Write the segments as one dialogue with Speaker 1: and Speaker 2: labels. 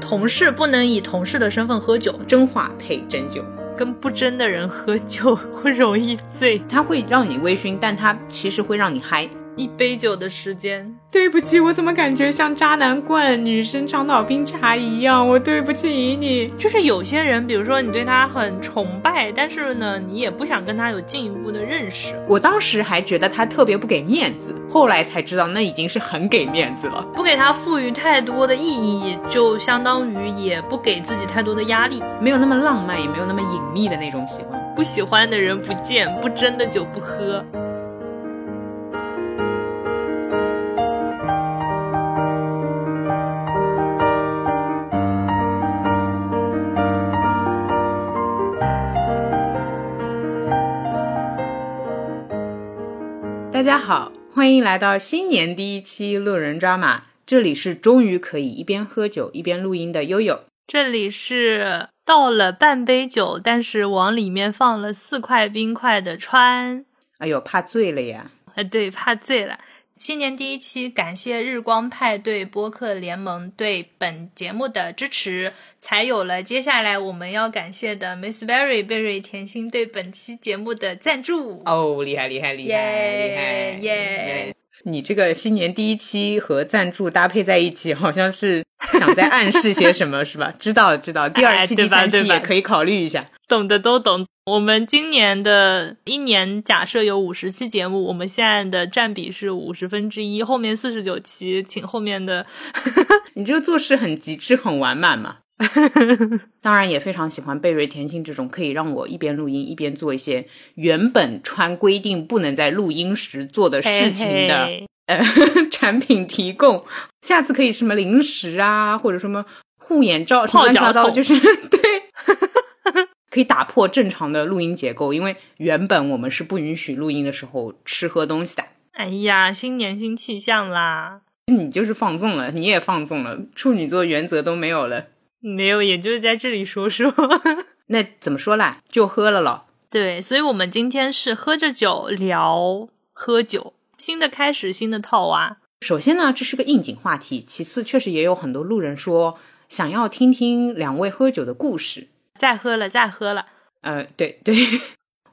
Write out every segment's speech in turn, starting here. Speaker 1: 同事不能以同事的身份喝酒，真话配真酒。
Speaker 2: 跟不真的人喝酒会容易醉。
Speaker 1: 它会让你微醺，但它其实会让你嗨。一杯酒的时间，
Speaker 2: 对不起，我怎么感觉像渣男灌女生长岛冰茶一样？我对不起你。就是有些人，比如说你对他很崇拜，但是呢，你也不想跟他有进一步的认识。
Speaker 1: 我当时还觉得他特别不给面子，后来才知道那已经是很给面子了。
Speaker 2: 不给他赋予太多的意义，就相当于也不给自己太多的压力。
Speaker 1: 没有那么浪漫，也没有那么隐秘的那种喜欢。
Speaker 2: 不喜欢的人不见，不真的酒不喝。
Speaker 1: 大家好，欢迎来到新年第一期路人抓马，这里是终于可以一边喝酒一边录音的悠悠。
Speaker 2: 这里是倒了半杯酒，但是往里面放了四块冰块的川。
Speaker 1: 哎呦，怕醉了呀！
Speaker 2: 哎，对，怕醉了。新年第一期，感谢日光派对播客联盟对本节目的支持，才有了接下来我们要感谢的 Miss Berry 贝瑞甜心对本期节目的赞助。
Speaker 1: 哦，厉害厉害厉害厉害
Speaker 2: 耶耶！
Speaker 1: 你这个新年第一期和赞助搭配在一起，好像是想在暗示些什么，是 吧？知道知道，第二期、
Speaker 2: 哎对
Speaker 1: 第
Speaker 2: 吧
Speaker 1: 三期
Speaker 2: 对吧
Speaker 1: 也可以考虑一下。
Speaker 2: 懂的都懂。我们今年的一年假设有五十期节目，我们现在的占比是五十分之一，后面四十九期，请后面的
Speaker 1: 你这个做事很极致、很完 满嘛。当然也非常喜欢贝瑞甜心这种可以让我一边录音一边做一些原本川规定不能在录音时做的事情的
Speaker 2: 嘿嘿
Speaker 1: 呃 产品提供。下次可以什么零食啊，或者什么护眼罩，什么
Speaker 2: 泡
Speaker 1: 乱七
Speaker 2: 脚
Speaker 1: 八糟的，
Speaker 2: 桶
Speaker 1: 就是 对。可以打破正常的录音结构，因为原本我们是不允许录音的时候吃喝东西的。
Speaker 2: 哎呀，新年新气象啦！
Speaker 1: 你就是放纵了，你也放纵了，处女座原则都没有了。
Speaker 2: 没有，也就是在这里说说。
Speaker 1: 那怎么说啦？就喝了咯。
Speaker 2: 对，所以我们今天是喝着酒聊喝酒，新的开始，新的套娃、
Speaker 1: 首先呢，这是个应景话题；其次，确实也有很多路人说想要听听两位喝酒的故事。
Speaker 2: 再喝了，再喝了。
Speaker 1: 呃，对 对，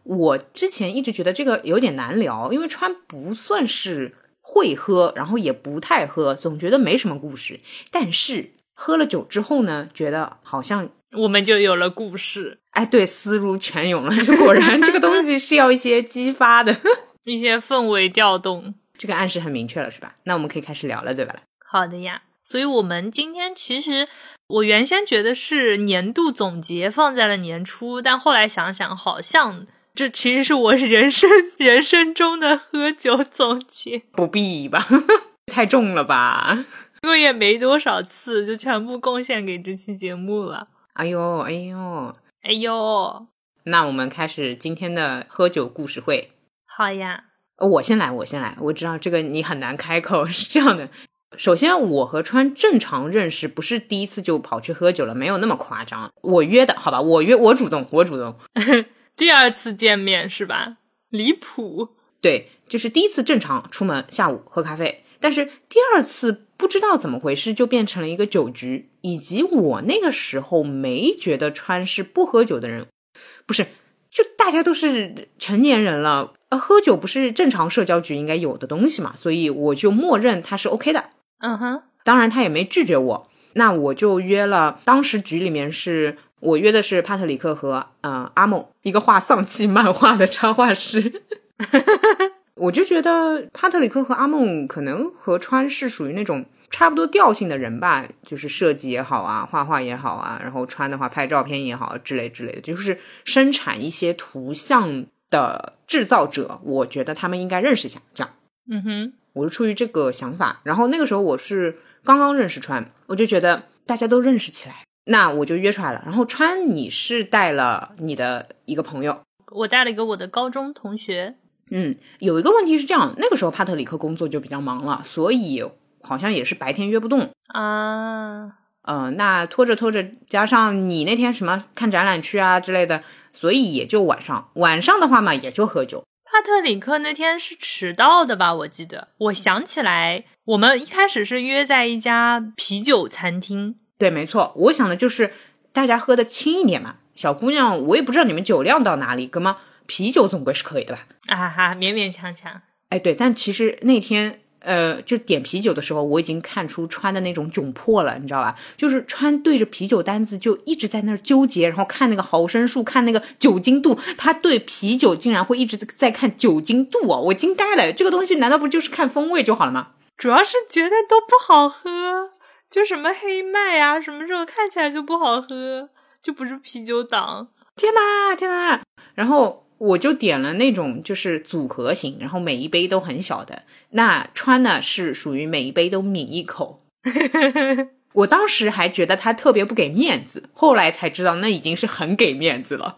Speaker 1: 我之前一直觉得这个有点难聊，因为川不算是会喝，然后也不太喝，总觉得没什么故事。但是喝了酒之后呢，觉得好像
Speaker 2: 我们就有了故事，
Speaker 1: 哎，对，思如泉涌了。 果然，这个东西是要一些激发的。
Speaker 2: 一些氛围调动。
Speaker 1: 这个暗示很明确了，是吧？那我们可以开始聊了，对吧？
Speaker 2: 好的呀，所以我们今天其实我原先觉得是年度总结放在了年初，但后来想想，好像这其实是我人生 人生中的喝酒总结，
Speaker 1: 不必吧， 太重了吧？
Speaker 2: 因为也没多少次，就全部贡献给这期节目了。
Speaker 1: 哎呦，哎呦，
Speaker 2: 哎呦，
Speaker 1: 那我们开始今天的喝酒故事会。
Speaker 2: 好呀，
Speaker 1: 呃我先来，我先来。我知道这个你很难开口， 是这样的。首先，我和川正常认识，不是第一次就跑去喝酒了，没有那么夸张。我约的，好吧，我约，我主动，我主动。
Speaker 2: 第二次见面是吧？离谱，
Speaker 1: 对，就是第一次正常出门，下午喝咖啡，但是第二次不知道怎么回事就变成了一个酒局，以及我那个时候没觉得川是不喝酒的人，不是，就大家都是成年人了，呃，喝酒不是正常社交局应该有的东西嘛，所以我就默认他是 OK 的，
Speaker 2: 嗯哼，
Speaker 1: 当然他也没拒绝我，那我就约了，当时局里面是。我约的是帕特里克和呃阿梦，一个画丧气漫画的插画师。 我就觉得帕特里克和阿梦可能和川是属于那种差不多调性的人吧，就是设计也好啊，画画也好啊，然后川的话拍照片也好啊之类之类的，就是生产一些图像的制造者，我觉得他们应该认识一下。这样，
Speaker 2: 嗯哼，
Speaker 1: 我是出于这个想法。然后那个时候我是刚刚认识川，我就觉得大家都认识起来，那我就约出来了。然后川，你是带了你的一个朋友，
Speaker 2: 我带了一个我的高中同学，
Speaker 1: 嗯，有一个问题是这样，那个时候帕特里克工作就比较忙了，所以好像也是白天约不动。
Speaker 2: 啊，
Speaker 1: 呃，那拖着拖着，加上你那天什么看展览去啊之类的，所以也就晚上。晚上的话嘛，也就喝酒。
Speaker 2: 帕特里克那天是迟到的吧？我记得，我想起来，我们一开始是约在一家啤酒餐厅，
Speaker 1: 对，没错，我想的就是大家喝的轻一点嘛。小姑娘，我也不知道你们酒量到哪里，哥们，啤酒总归是可以的吧？
Speaker 2: 啊哈，勉勉强强。
Speaker 1: 哎，对，但其实那天呃，就点啤酒的时候，我已经看出川的那种窘迫了，你知道吧？就是川对着啤酒单子就一直在那儿纠结，然后看那个毫升数，看那个酒精度，他对啤酒竟然会一直在看酒精度哦，我惊呆了。这个东西难道不就是看风味就好了吗？
Speaker 2: 主要是觉得都不好喝，就什么黑麦啊，什么这个看起来就不好喝，就不是啤酒党。
Speaker 1: 天呐，天呐！然后我就点了那种就是组合型，然后每一杯都很小的。那川呢是属于每一杯都抿一口。我当时还觉得他特别不给面子，后来才知道那已经是很给面子了。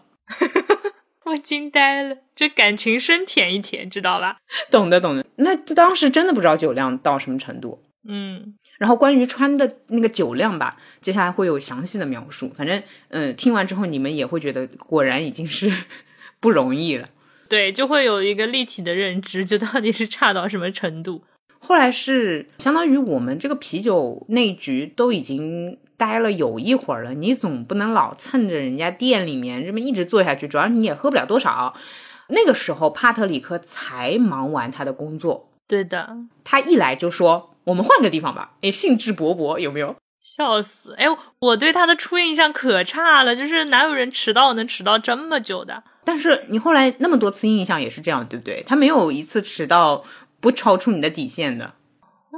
Speaker 2: 我惊呆了，这感情深舔一舔，知道吧？
Speaker 1: 懂的，懂的。那当时真的不知道酒量到什么程度。
Speaker 2: 嗯，
Speaker 1: 然后关于川的那个酒量吧，接下来会有详细的描述。反正，嗯、听完之后你们也会觉得，果然已经是 不容易了。
Speaker 2: 对，就会有一个立体的认知，就到底是差到什么程度。
Speaker 1: 后来是相当于我们这个啤酒那局都已经待了有一会儿了，你总不能老蹭着人家店里面这么一直坐下去，主要你也喝不了多少。那个时候，帕特里克才忙完他的工作，
Speaker 2: 对的，
Speaker 1: 他一来就说：“我们换个地方吧。”哎，兴致勃勃，有没有？
Speaker 2: 笑死！哎，我对他的初印象可差了，就是哪有人迟到能迟到这么久的？
Speaker 1: 但是你后来那么多次印象也是这样，对不对？他没有一次迟到不超出你的底线的。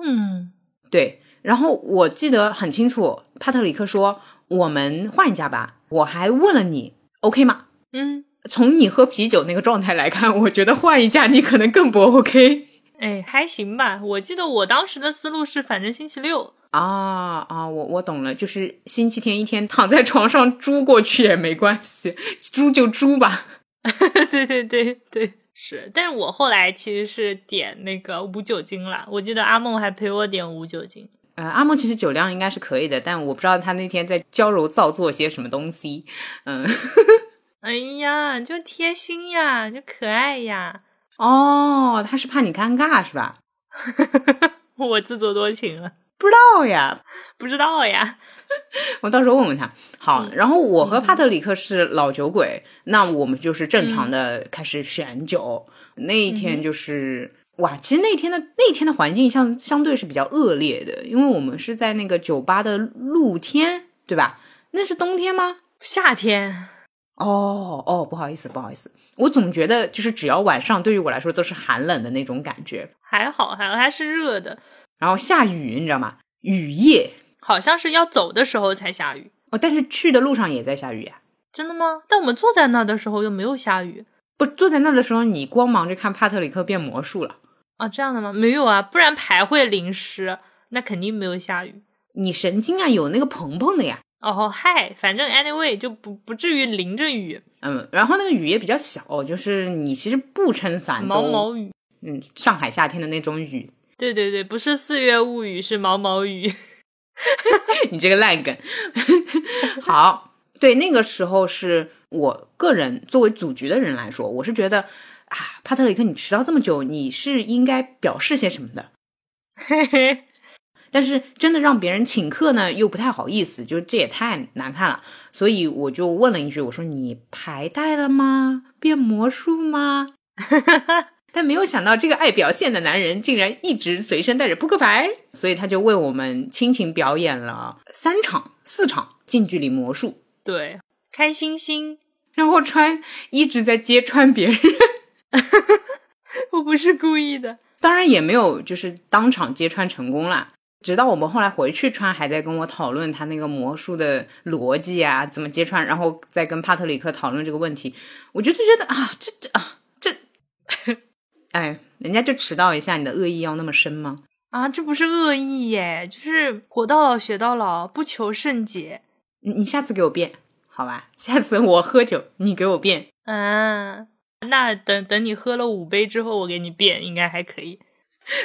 Speaker 2: 嗯，
Speaker 1: 对，然后我记得很清楚，帕特里克说我们换一家吧。我还问了你，OK 吗？
Speaker 2: 嗯，
Speaker 1: 从你喝啤酒那个状态来看，我觉得换一家你可能更不 OK
Speaker 2: 哎，还行吧。我记得我当时的思路是，反正星期六，
Speaker 1: 啊啊！我我懂了，就是星期天一天躺在床上猪过去也没关系，猪就猪吧。
Speaker 2: 对对对对，是。但是我后来其实是点那个无酒精了，我记得阿梦还陪我点无酒精。
Speaker 1: 呃，阿莫其实酒量应该是可以的，但我不知道他那天在娇柔造作些什么东西。嗯，
Speaker 2: 哎呀，就贴心呀，就可爱 呀，
Speaker 1: 哦，他是怕你尴尬是吧？
Speaker 2: 我自作多情了，
Speaker 1: 不知道哦呀，
Speaker 2: 不知道呀。
Speaker 1: 我到时候问问他。好，
Speaker 2: 嗯
Speaker 1: 然后我和帕特里克是老酒鬼，那我们就是正常的开始选酒。那一天就是、哇，其实那天的那天的环境相相对是比较恶劣的，因为我们是在那个酒吧的露天，对吧？那是冬天吗？
Speaker 2: 夏天，
Speaker 1: 哦哦，不好意思，不好意思，我总觉得就是只要晚上，对于我来说都是寒冷的那种感觉。
Speaker 2: 还好，还好还是热的，
Speaker 1: 然后下雨，你知道吗？雨夜
Speaker 2: 好像是要走的时候才下雨。
Speaker 1: 哦，但是去的路上也在下雨呀、
Speaker 2: 真的吗？但我们坐在那儿的时候又没有下雨
Speaker 1: 不坐在那的时候，你光忙着看帕特里克变魔术了。
Speaker 2: 啊？这样的吗？没有啊，不然牌会淋湿，那肯定没有下雨。
Speaker 1: 你神经啊，有那个鹏鹏的呀。
Speaker 2: 哦嗨，反正 anyway 就不不至于淋着雨，
Speaker 1: 嗯，然后那个雨也比较小，就是你其实不撑伞
Speaker 2: 毛
Speaker 1: 都
Speaker 2: 毛雨。
Speaker 1: 嗯，上海夏天的那种雨，
Speaker 2: 对对对，不是四月物语，是毛毛雨。
Speaker 1: 你这个烂梗。 好，对，那个时候是我个人作为组局的人来说，我是觉得啊，帕特里克，你迟到这么久，你是应该表示些什么的。
Speaker 2: 嘿嘿，
Speaker 1: 但是真的让别人请客呢，又不太好意思，就这也太难看了。所以我就问了一句，我说：“你牌带了吗？变魔术吗？” 但没有想到，这个爱表现的男人竟然一直随身带着扑克牌，所以他就为我们亲情表演了三场、四场近距离魔术。
Speaker 2: 对，开心心，
Speaker 1: 然后川一直在揭穿别人，
Speaker 2: 我不是故意的。
Speaker 1: 当然也没有就是当场揭穿成功啦。直到我们后来回去，川还在跟我讨论他那个魔术的逻辑啊，怎么揭穿，然后再跟帕特里克讨论这个问题。我就觉得啊，这这啊这，哎，人家就迟到一下，你的恶意要那么深吗？
Speaker 2: 啊，这不是恶意耶，就是活到老学到老，不求甚解。
Speaker 1: 你你下次给我变好吧？下次我喝酒，你给我变。
Speaker 2: 啊，那等等你喝了五杯之后，我给你变，应该还可以。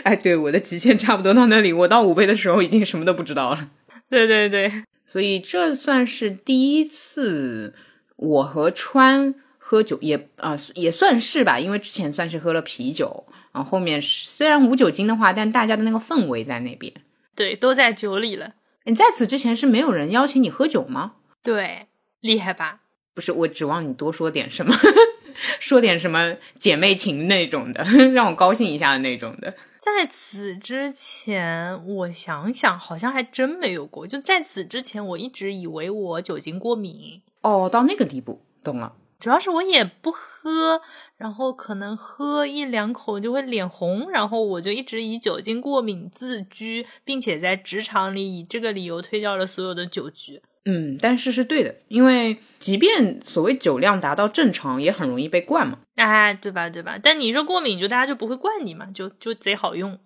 Speaker 1: 哎，对，我的极限差不多到那里，我到五倍的时候已经什么都不知道了。
Speaker 2: 对对对，
Speaker 1: 所以这算是第一次我和川喝酒，也啊、也算是吧，因为之前算是喝了啤酒，啊然后后面是虽然无酒精的话，但大家的那个氛围在那边。
Speaker 2: 对，都在酒里了。
Speaker 1: 你在此之前是没有人邀请你喝酒吗？
Speaker 2: 对，厉害吧？
Speaker 1: 不是，我指望你多说点什么， 说点什么姐妹情那种的， 让我高兴一下的那种的。
Speaker 2: 在此之前，我想想，好像还真没有过。就在此之前，我一直以为我酒精过敏，
Speaker 1: 哦，到那个地步，懂了。
Speaker 2: 主要是我也不喝，然后可能喝一两口就会脸红，然后我就一直以酒精过敏自居，并且在职场里以这个理由推掉了所有的酒局。
Speaker 1: 嗯，但是是对的，因为即便所谓酒量达到正常，也很容易被灌嘛。
Speaker 2: 哎，对吧？对吧？但你一说过敏，就大家就不会惯你嘛，就就贼好用。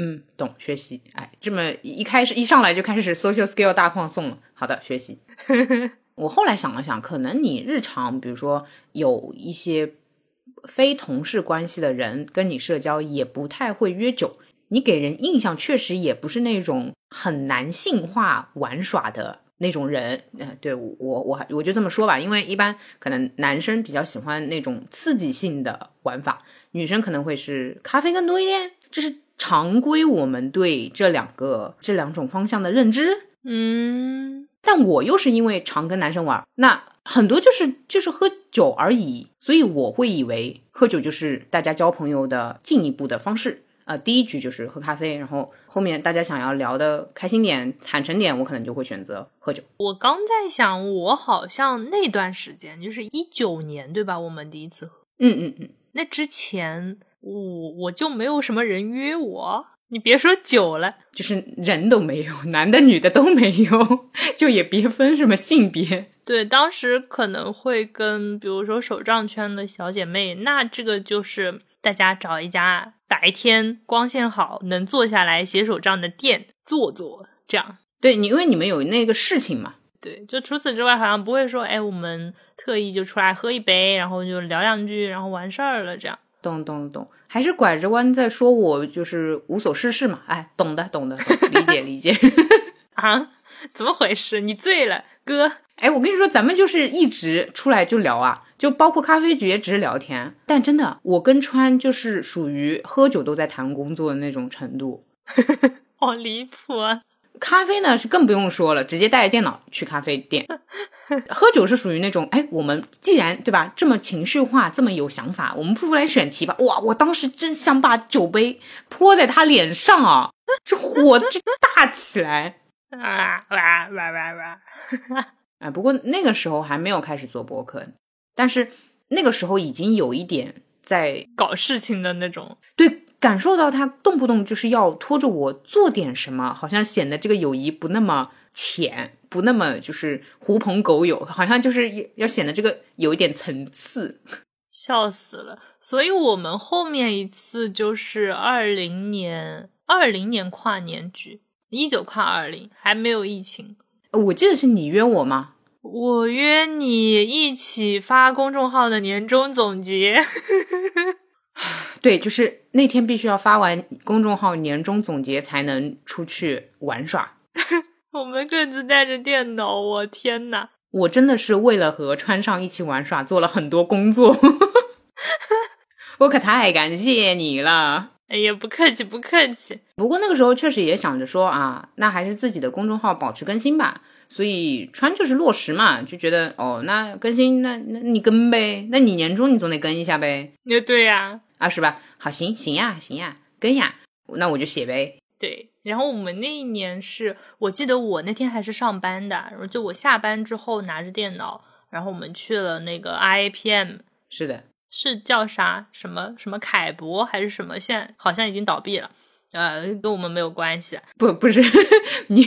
Speaker 1: 嗯，懂，学习。哎，这么一一开始一上来就开始 social skill 大放送了。好的，学习。 我后来想了想，可能你日常，比如说有一些非同事关系的人跟你社交，也不太会约酒。你给人印象确实也不是那种很男性化玩耍的那种人。呃，对我我还我就这么说吧，因为一般可能男生比较喜欢那种刺激性的玩法，女生可能会是咖啡更多一点。这是常规我们对这两个这两种方向的认知。
Speaker 2: 嗯，
Speaker 1: 但我又是因为常跟男生玩，那很多就是就是喝酒而已，所以我会以为喝酒就是大家交朋友的进一步的方式。呃，第一局就是喝咖啡，然后后面大家想要聊的开心点、坦诚点，我可能就会选择喝酒。
Speaker 2: 我刚在想，我好像那段时间就是一九年，对吧？我们第一次喝，
Speaker 1: 嗯嗯嗯，
Speaker 2: 那之前我我就没有什么人约我。你别说酒了，
Speaker 1: 就是人都没有，男的女的都没有， 就也别分什么性别。
Speaker 2: 对，当时可能会跟比如说手账圈的小姐妹，那这个就是大家找一家白天光线好、能坐下来写手账的店坐坐，这样。
Speaker 1: 对你，因为你们有那个事情嘛，
Speaker 2: 对，就除此之外，好像不会说，哎，我们特意就出来喝一杯，然后就聊两句，然后完事儿了，这样。
Speaker 1: 懂懂懂，还是拐着弯在说我就是无所事事嘛？哎，懂的懂的，懂理解理解。
Speaker 2: 啊， 怎么回事？你醉了，哥？
Speaker 1: 哎，我跟你说，咱们就是一直出来就聊啊，就包括咖啡局也只是聊天。但真的，我跟川就是属于喝酒都在谈工作的那种程度。
Speaker 2: 好离谱啊！
Speaker 1: 咖啡呢是更不用说了，直接带着电脑去咖啡店。喝酒是属于那种，哎，我们既然对吧，这么情绪化，这么有想法，我们不如来选题吧。哇，我当时真想把酒杯泼在他脸上啊，这火就大起来。
Speaker 2: 啊哇哇哇哇！
Speaker 1: 哎，不过那个时候还没有开始做博客，但是那个时候已经有一点在
Speaker 2: 搞事情的那种。
Speaker 1: 对感受到他动不动就是要拖着我做点什么，好像显得这个友谊不那么浅，不那么就是狐朋狗友，好像就是要显得这个有一点层次。
Speaker 2: 笑死了！所以我们后面一次就是二零年，二零年跨年局，一九跨二零，还没有疫情。
Speaker 1: 呃我记得是你约我吗？
Speaker 2: 我约你一起发公众号的年终总结，
Speaker 1: 对，就是那天必须要发完公众号年终总结才能出去玩耍。
Speaker 2: 我们各自带着电脑，我天呐，
Speaker 1: 我真的是为了和川上一起玩耍做了很多工作， 我可太感谢你了。
Speaker 2: 哎呀，不客气，不客气。
Speaker 1: 不过那个时候确实也想着说啊，那还是自己的公众号保持更新吧。所以川就是落实嘛，就觉得哦，那更新那那你跟呗，那你年终你总得跟一下呗，
Speaker 2: 也对呀、
Speaker 1: 啊是吧？好行行呀行呀跟呀，那我就写呗。
Speaker 2: 对。然后我们那一年是我记得我那天还是上班的，然后就我下班之后拿着电脑，然后我们去了那个 IAPM，
Speaker 1: 是的，
Speaker 2: 是叫啥什么什么凯博还是什么，现在好像已经倒闭了，呃，跟我们没有关系。
Speaker 1: 不不是 你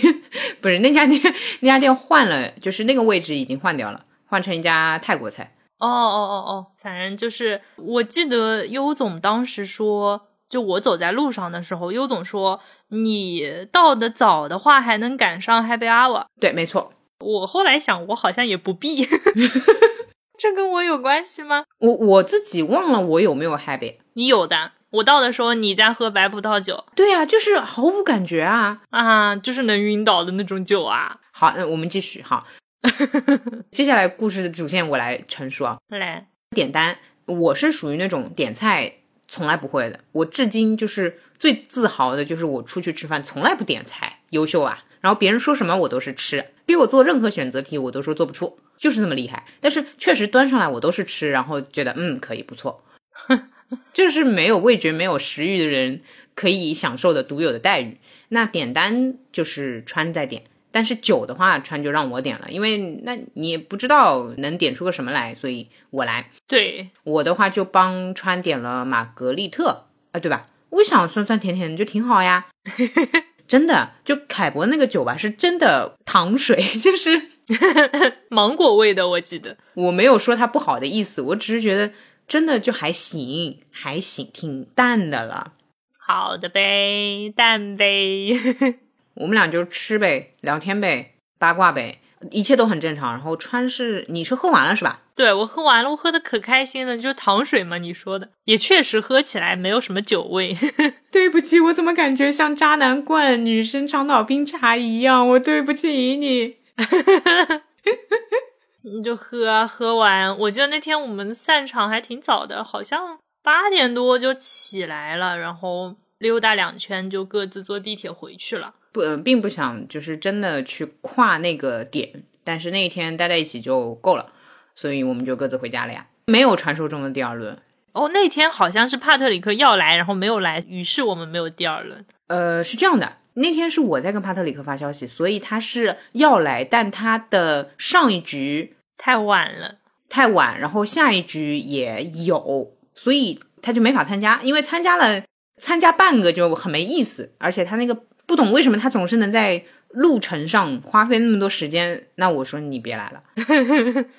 Speaker 1: 不是那家店那家店换了，就是那个位置已经换掉了，换成一家泰国菜。
Speaker 2: 哦哦哦哦，反正就是我记得优总当时说，就我走在路上的时候，优总说你到的早的话，还能赶上 Happy Hour。
Speaker 1: 对，没错，
Speaker 2: 我后来想，我好像也不必， 这跟我有关系吗？
Speaker 1: 我我自己忘了我有没有 happy。
Speaker 2: 你有的，我到的时候你在喝白葡萄酒
Speaker 1: 对呀、就是毫无感觉啊。
Speaker 2: 啊，就是能晕倒的那种酒啊。
Speaker 1: 好，那我们继续哈。接下来故事的主线我来陈述啊。
Speaker 2: 来，
Speaker 1: 点单，我是属于那种点菜从来不会的。我至今就是最自豪的，就是我出去吃饭从来不点菜，优秀啊！然后别人说什么我都是吃，逼我做任何选择题我都说做不出，就是这么厉害。但是确实端上来我都是吃，然后觉得嗯可以不错， 这是没有味觉、没有食欲的人可以享受的独有的待遇。那点单就是川在点，但是酒的话川就让我点了，因为那你也不知道能点出个什么来，所以我来。
Speaker 2: 对，
Speaker 1: 我的话就帮川点了玛格丽特，啊，对吧？我想酸酸甜甜就挺好 呀，真的。就凯博那个酒吧是真的糖水， 就是
Speaker 2: 芒果味的，我记得。
Speaker 1: 我没有说它不好的意思，我只是觉得真的就还行，还行，挺淡的了。
Speaker 2: 好的呗，蛋呗。
Speaker 1: 我们俩就吃呗，聊天呗，八卦呗，一切都很正常。然后川是你是喝完了是吧？
Speaker 2: 对我喝完了，我喝的可开心了，就是糖水嘛，你说的也确实喝起来没有什么酒味。
Speaker 1: 对不起，我怎么感觉像渣男灌女生长岛冰茶一样？我对不起你。
Speaker 2: 你就喝啊喝完，我记得那天我们散场还挺早的，好像八点多就起来了，然后溜达两圈就各自坐地铁回去了。
Speaker 1: 不，呃并不想就是真的去跨那个点，但是那一天待在一起就够了，所以我们就各自回家了呀。没有传说中的第二轮，
Speaker 2: 哦，那天好像是帕特里克要来，然后没有来，于是我们没有第二轮。
Speaker 1: 呃，是这样的，那天是我在跟帕特里克发消息，所以他是要来，但他的上一局
Speaker 2: 太晚了，
Speaker 1: 太晚，然后下一局也有，所以他就没法参加，因为参加了参加半个就很没意思，而且他那个不懂为什么他总是能在路程上花费那么多时间，那我说你别来了，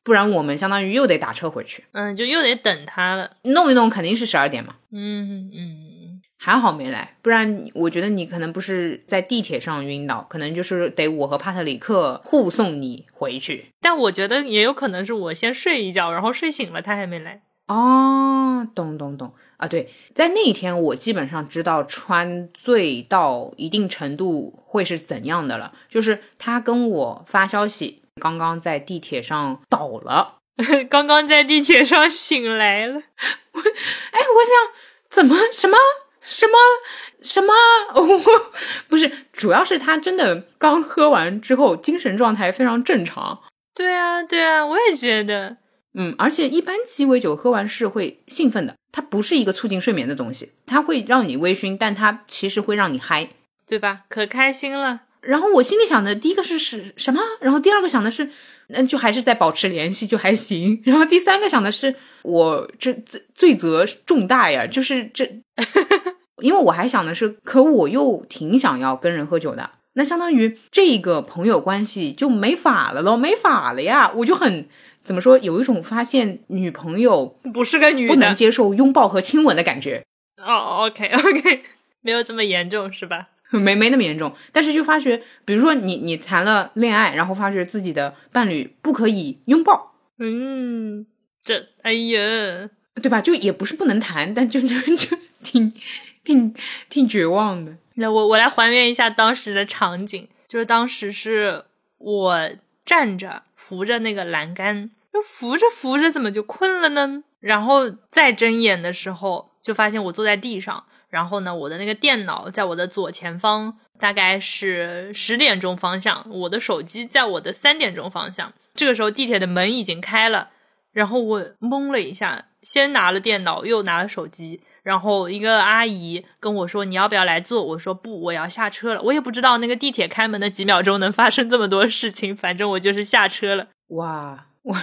Speaker 1: 不然我们相当于又得打车回去，
Speaker 2: 嗯，就又得等他了。
Speaker 1: 弄一弄肯定是十二点嘛，
Speaker 2: 嗯嗯，
Speaker 1: 还好没来，不然我觉得你可能不是在地铁上晕倒，可能就是得我和帕特里克护送你回去。
Speaker 2: 但我觉得也有可能是我先睡一觉，然后睡醒了他还没来。
Speaker 1: 哦，懂懂懂啊！对，在那一天，我基本上知道川醉到一定程度会是怎样的了。就是他跟我发消息，刚刚在地铁上倒了。
Speaker 2: 刚刚在地铁上醒来了，
Speaker 1: 哎，我想怎么什么什么什么？ 我、不是，主要是他真的刚喝完之后，精神状态非常正常。
Speaker 2: 对啊对啊，我也觉得，
Speaker 1: 嗯，而且一般鸡尾酒喝完是会兴奋的，它不是一个促进睡眠的东西，它会让你微醺，但它其实会让你嗨。
Speaker 2: 对吧？可开心了。
Speaker 1: 然后我心里想的第一个是是什么？然后第二个想的是，嗯，就还是在保持联系就还行。然后第三个想的是，我这罪罪责重大呀，就是 这，因为我还想的是，可我又挺想要跟人喝酒的，那相当于这个朋友关系就没法了咯，没法了呀，我就很。怎么说？有一种发现女朋友
Speaker 2: 不是个女
Speaker 1: 不能
Speaker 2: 的。
Speaker 1: 接受拥抱和亲吻的感觉，
Speaker 2: 哦，OK OK，没 有这么严重是吧？
Speaker 1: 没没那么严重，但是就发觉，比如说你你谈了恋爱，然后发觉自己的伴侣不可以拥抱，
Speaker 2: 嗯，这哎呀，
Speaker 1: 对吧？就也不是不能谈，但就就就 挺挺挺绝望的。
Speaker 2: 那我我来还原一下当时的场景，就是当时是我站着扶着那个栏杆，就扶着扶着怎么就困了呢？然后再睁眼的时候，就发现我坐在地上，然后呢，我的那个电脑在我的左前方，大概是十点钟方向，我的手机在我的三点钟方向。这个时候地铁的门已经开了，然后我懵了一下，先拿了电脑，又拿了手机。然后一个阿姨跟我说：“你要不要来坐？”我说：“不，我要下车了。”我也不知道那个地铁开门的几秒钟能发生这么多事情，反正我就是下车了。
Speaker 1: 哇，我，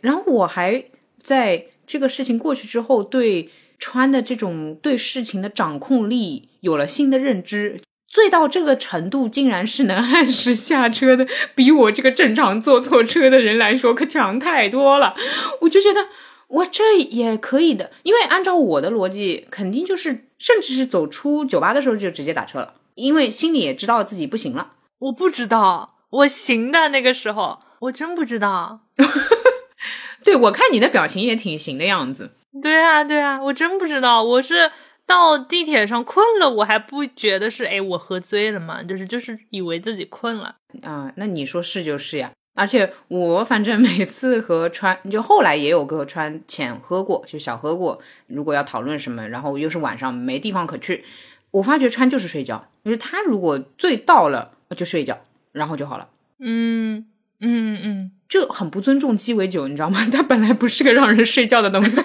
Speaker 1: 然后我还在这个事情过去之后，对川的这种对事情的掌控力有了新的认知。醉到这个程度，竟然是能按时下车的，比我这个正常坐错车的人来说可强太多了。我就觉得，我这也可以的，因为按照我的逻辑，肯定就是，甚至是走出酒吧的时候就直接打车了，因为心里也知道自己不行了。
Speaker 2: 我不知道，我行的那个时候，我真不知道。
Speaker 1: 对我看你的表情也挺行的样子。
Speaker 2: 对啊，对啊，我真不知道，我是到地铁上困了，我还不觉得是哎，我喝醉了嘛，就是就是以为自己困了。
Speaker 1: 啊、那你说是就是呀。而且我反正每次和川，就后来也有和川浅喝过，就小喝过。如果要讨论什么，然后又是晚上没地方可去，我发觉川就是睡觉，就是他如果醉到了就睡觉，然后就好了，
Speaker 2: 嗯嗯嗯，
Speaker 1: 就很不尊重鸡尾酒，你知道吗？ 它本来不是个让人睡觉的东西。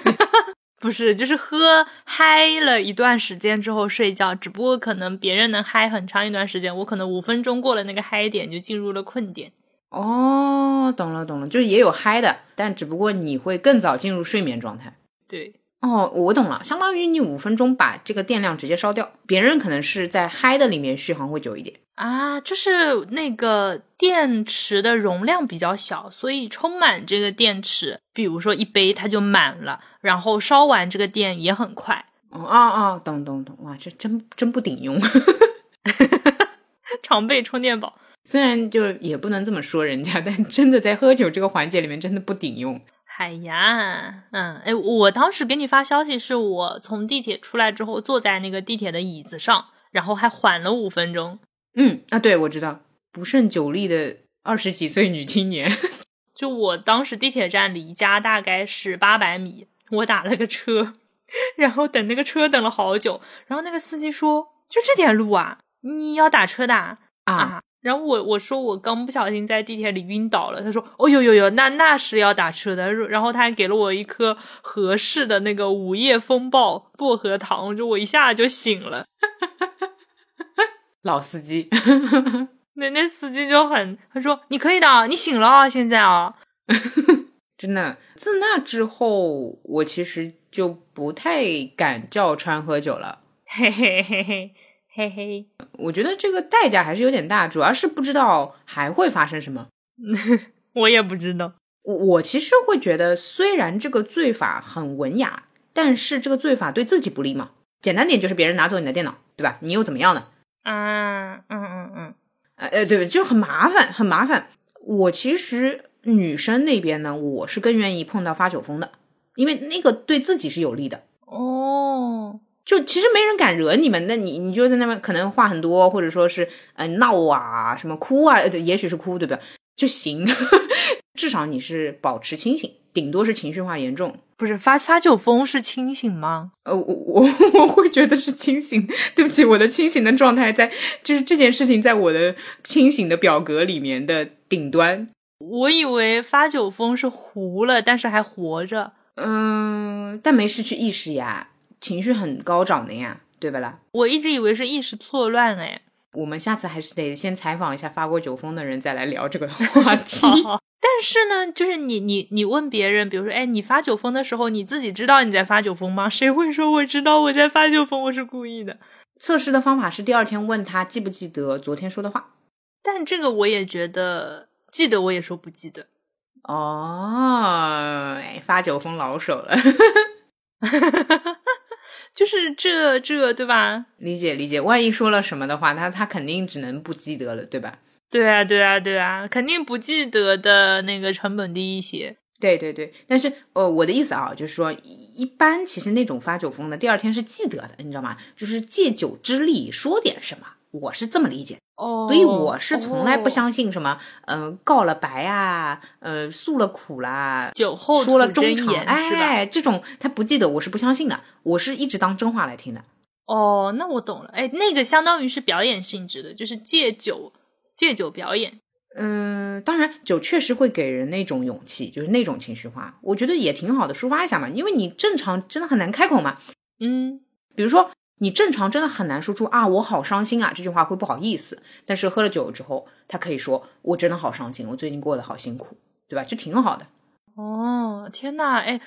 Speaker 2: 不是，就是喝嗨了一段时间之后睡觉，只不过可能别人能嗨很长一段时间，我可能五分钟过了那个嗨点就进入了困点。
Speaker 1: 哦，懂了懂了，就是也有嗨的，但只不过你会更早进入睡眠状态。
Speaker 2: 对，
Speaker 1: 哦，我懂了，相当于你五分钟把这个电量直接烧掉，别人可能是在嗨的里面续航会久一点。
Speaker 2: 啊，就是那个电池的容量比较小，所以充满这个电池，比如说一杯它就满了，然后烧完这个电也很快，
Speaker 1: 哦啊啊，懂懂懂，哇，这真真不顶用。
Speaker 2: 常备充电宝。
Speaker 1: 虽然就是也不能这么说人家，但真的在喝酒这个环节里面真的不顶用。
Speaker 2: 哎呀，嗯，哎，我当时给你发消息，是我从地铁出来之后，坐在那个地铁的椅子上，然后还缓了五分钟，
Speaker 1: 嗯啊，对，我知道，不胜酒力的二十几岁女青年。
Speaker 2: 就我当时地铁站离家大概是八百米，我打了个车，然后等那个车等了好久，然后那个司机说：“就这点路啊，你要打车的啊？”
Speaker 1: 啊，
Speaker 2: 啊然后我我说我刚不小心在地铁里晕倒了，他说：“哦呦呦呦，那那是要打车的。”然后他还给了我一颗合适的那个午夜风暴薄荷糖，就我一下就醒了。
Speaker 1: 老司机，
Speaker 2: 那那司机就很他说：“你可以的，你醒了啊，现在啊。”
Speaker 1: 真的，自那之后，我其实就不太敢叫川喝酒了。
Speaker 2: 嘿嘿嘿嘿嘿嘿。
Speaker 1: 我觉得这个代价还是有点大，主要是不知道还会发生什么。
Speaker 2: 我也不知道。
Speaker 1: 我我其实会觉得，虽然这个罪法很文雅，但是这个罪法对自己不利嘛。简单点就是别人拿走你的电脑，对吧？你又怎么样呢？
Speaker 2: 啊，嗯嗯嗯，
Speaker 1: 呃呃，对，就很麻烦，很麻烦。我其实女生那边呢，我是更愿意碰到发酒疯的，因为那个对自己是有利的。
Speaker 2: 哦，
Speaker 1: 就其实没人敢惹你们，那你你就在那边可能话很多，或者说是呃闹啊，什么哭啊，呃对也许是哭，对不对？就行， 至少你是保持清醒，顶多是情绪化严重。
Speaker 2: 不是发发酒疯是清醒吗？
Speaker 1: 呃，我我我会觉得是清醒。 对不起，我的清醒的状态在，就是这件事情在我的清醒的表格里面的顶端。
Speaker 2: 我以为发酒疯是糊了，但是还活着。
Speaker 1: 嗯，但没失去意识呀，情绪很高涨的呀，对不啦？
Speaker 2: 我一直以为是意识错乱 哎。
Speaker 1: 我们下次还是得先采访一下发过酒疯的人，再来聊这个话 题。
Speaker 2: 但是呢，就是你你你问别人，比如说，哎，你发酒疯的时候，你自己知道你在发酒疯吗？谁会说我知道我在发酒疯，我是故意的？
Speaker 1: 测试的方法是第二天问他记不记得昨天说的话。
Speaker 2: 但这个我也觉得记得，我也说不记得。
Speaker 1: 哦，哎发酒疯老手了，
Speaker 2: 就是这这对吧？
Speaker 1: 理解理解。万一说了什么的话，他他肯定只能不记得了，对吧？
Speaker 2: 对啊，对啊，对啊，肯定不记得的那个成本低一些。
Speaker 1: 对对对，但是呃，我的意思啊，就是说，一一般其实那种发酒疯的，第二天是记得的，你知道吗？就是借酒之力说点什么，我是这么理解的。
Speaker 2: 哦
Speaker 1: 所以我是从来不
Speaker 2: 哦
Speaker 1: 相信什么，嗯、告了白啊，呃，诉了苦啦，
Speaker 2: 酒后
Speaker 1: 说了
Speaker 2: 吐
Speaker 1: 衷
Speaker 2: 真
Speaker 1: 肠，
Speaker 2: 言是吧？
Speaker 1: 哎，这种他不记得，我是不相信的，我是一直当真话来听的。
Speaker 2: 哦，那我懂了。哎，那个相当于是表演性质的，就是借酒借酒表演。
Speaker 1: 嗯、当然，酒确实会给人那种勇气，就是那种情绪化，我觉得也挺好的，抒发一下嘛。因为你正常真的很难开口嘛，
Speaker 2: 嗯，
Speaker 1: 比如说你正常真的很难说出啊，我好伤心啊这句话会不好意思，但是喝了酒之后，他可以说我真的好伤心，我最近过得好辛苦，对吧？就挺好的。
Speaker 2: 哦，天呐，哎，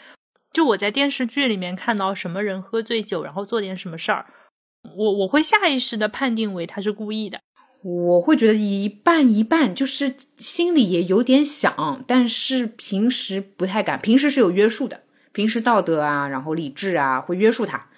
Speaker 2: 就我在电视剧里面看到什么人喝醉酒，然后做点什么事儿，我我会下意识的判定为他是故意的。
Speaker 1: 我会觉得一半一半，就是心里也有点想，但是平时不太敢。平时是有约束的，平时道德啊，然后理智啊，会约束他。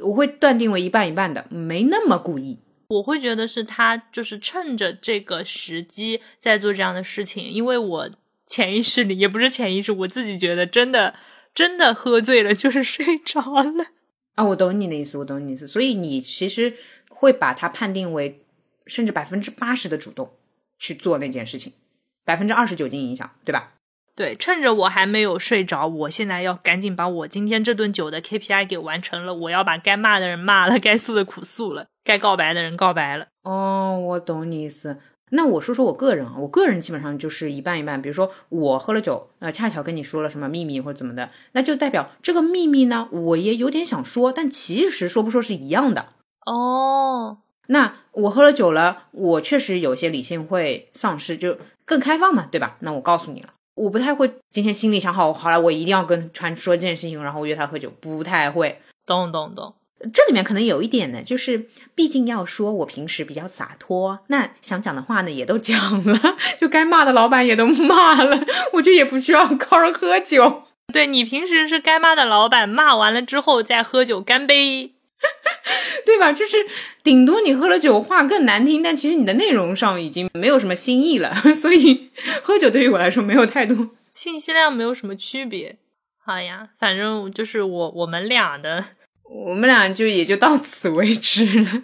Speaker 1: 我会断定为一半一半的，没那么故意。
Speaker 2: 我会觉得是他就是趁着这个时机在做这样的事情，因为我潜意识里也不是潜意识，我自己觉得真的真的喝醉了就是睡着了。
Speaker 1: 啊，我懂你的意思，我懂你的意思。所以你其实会把它判定为甚至百分之八十的主动去做那件事情，百分之二十酒精影响，对吧？
Speaker 2: 对，趁着我还没有睡着，我现在要赶紧把我今天这顿酒的 KPI 给完成了，我要把该骂的人骂了，该诉的苦诉了。该告白的人告白了。
Speaker 1: 哦，我懂你意思。那我说说我个人啊，我个人基本上就是一半一半。比如说我喝了酒，呃，恰巧跟你说了什么秘密或者怎么的，那就代表这个秘密呢，我也有点想说，但其实说不说是一样的。
Speaker 2: 哦，
Speaker 1: 那我喝了酒了，我确实有些理性会丧失，就更开放嘛，对吧？那我告诉你了，我不太会今天心里想好，好了，我一定要跟川说这件事情，然后约他喝酒，不太会。
Speaker 2: 懂懂懂。
Speaker 1: 这里面可能有一点呢，就是毕竟要说我平时比较洒脱，那想讲的话呢也都讲了， 就该骂的老板也都骂了， 我就也不需要靠着喝酒。
Speaker 2: 对你平时是该骂的老板，骂完了之后再喝酒干杯。
Speaker 1: 对吧？就是顶多你喝了酒，话更难听，但其实你的内容上已经没有什么新意了， 所以喝酒对于我来说没有太多。
Speaker 2: 信息量没有什么区别。好呀，反正就是我我们俩的，
Speaker 1: 我们俩就也就到此为止了。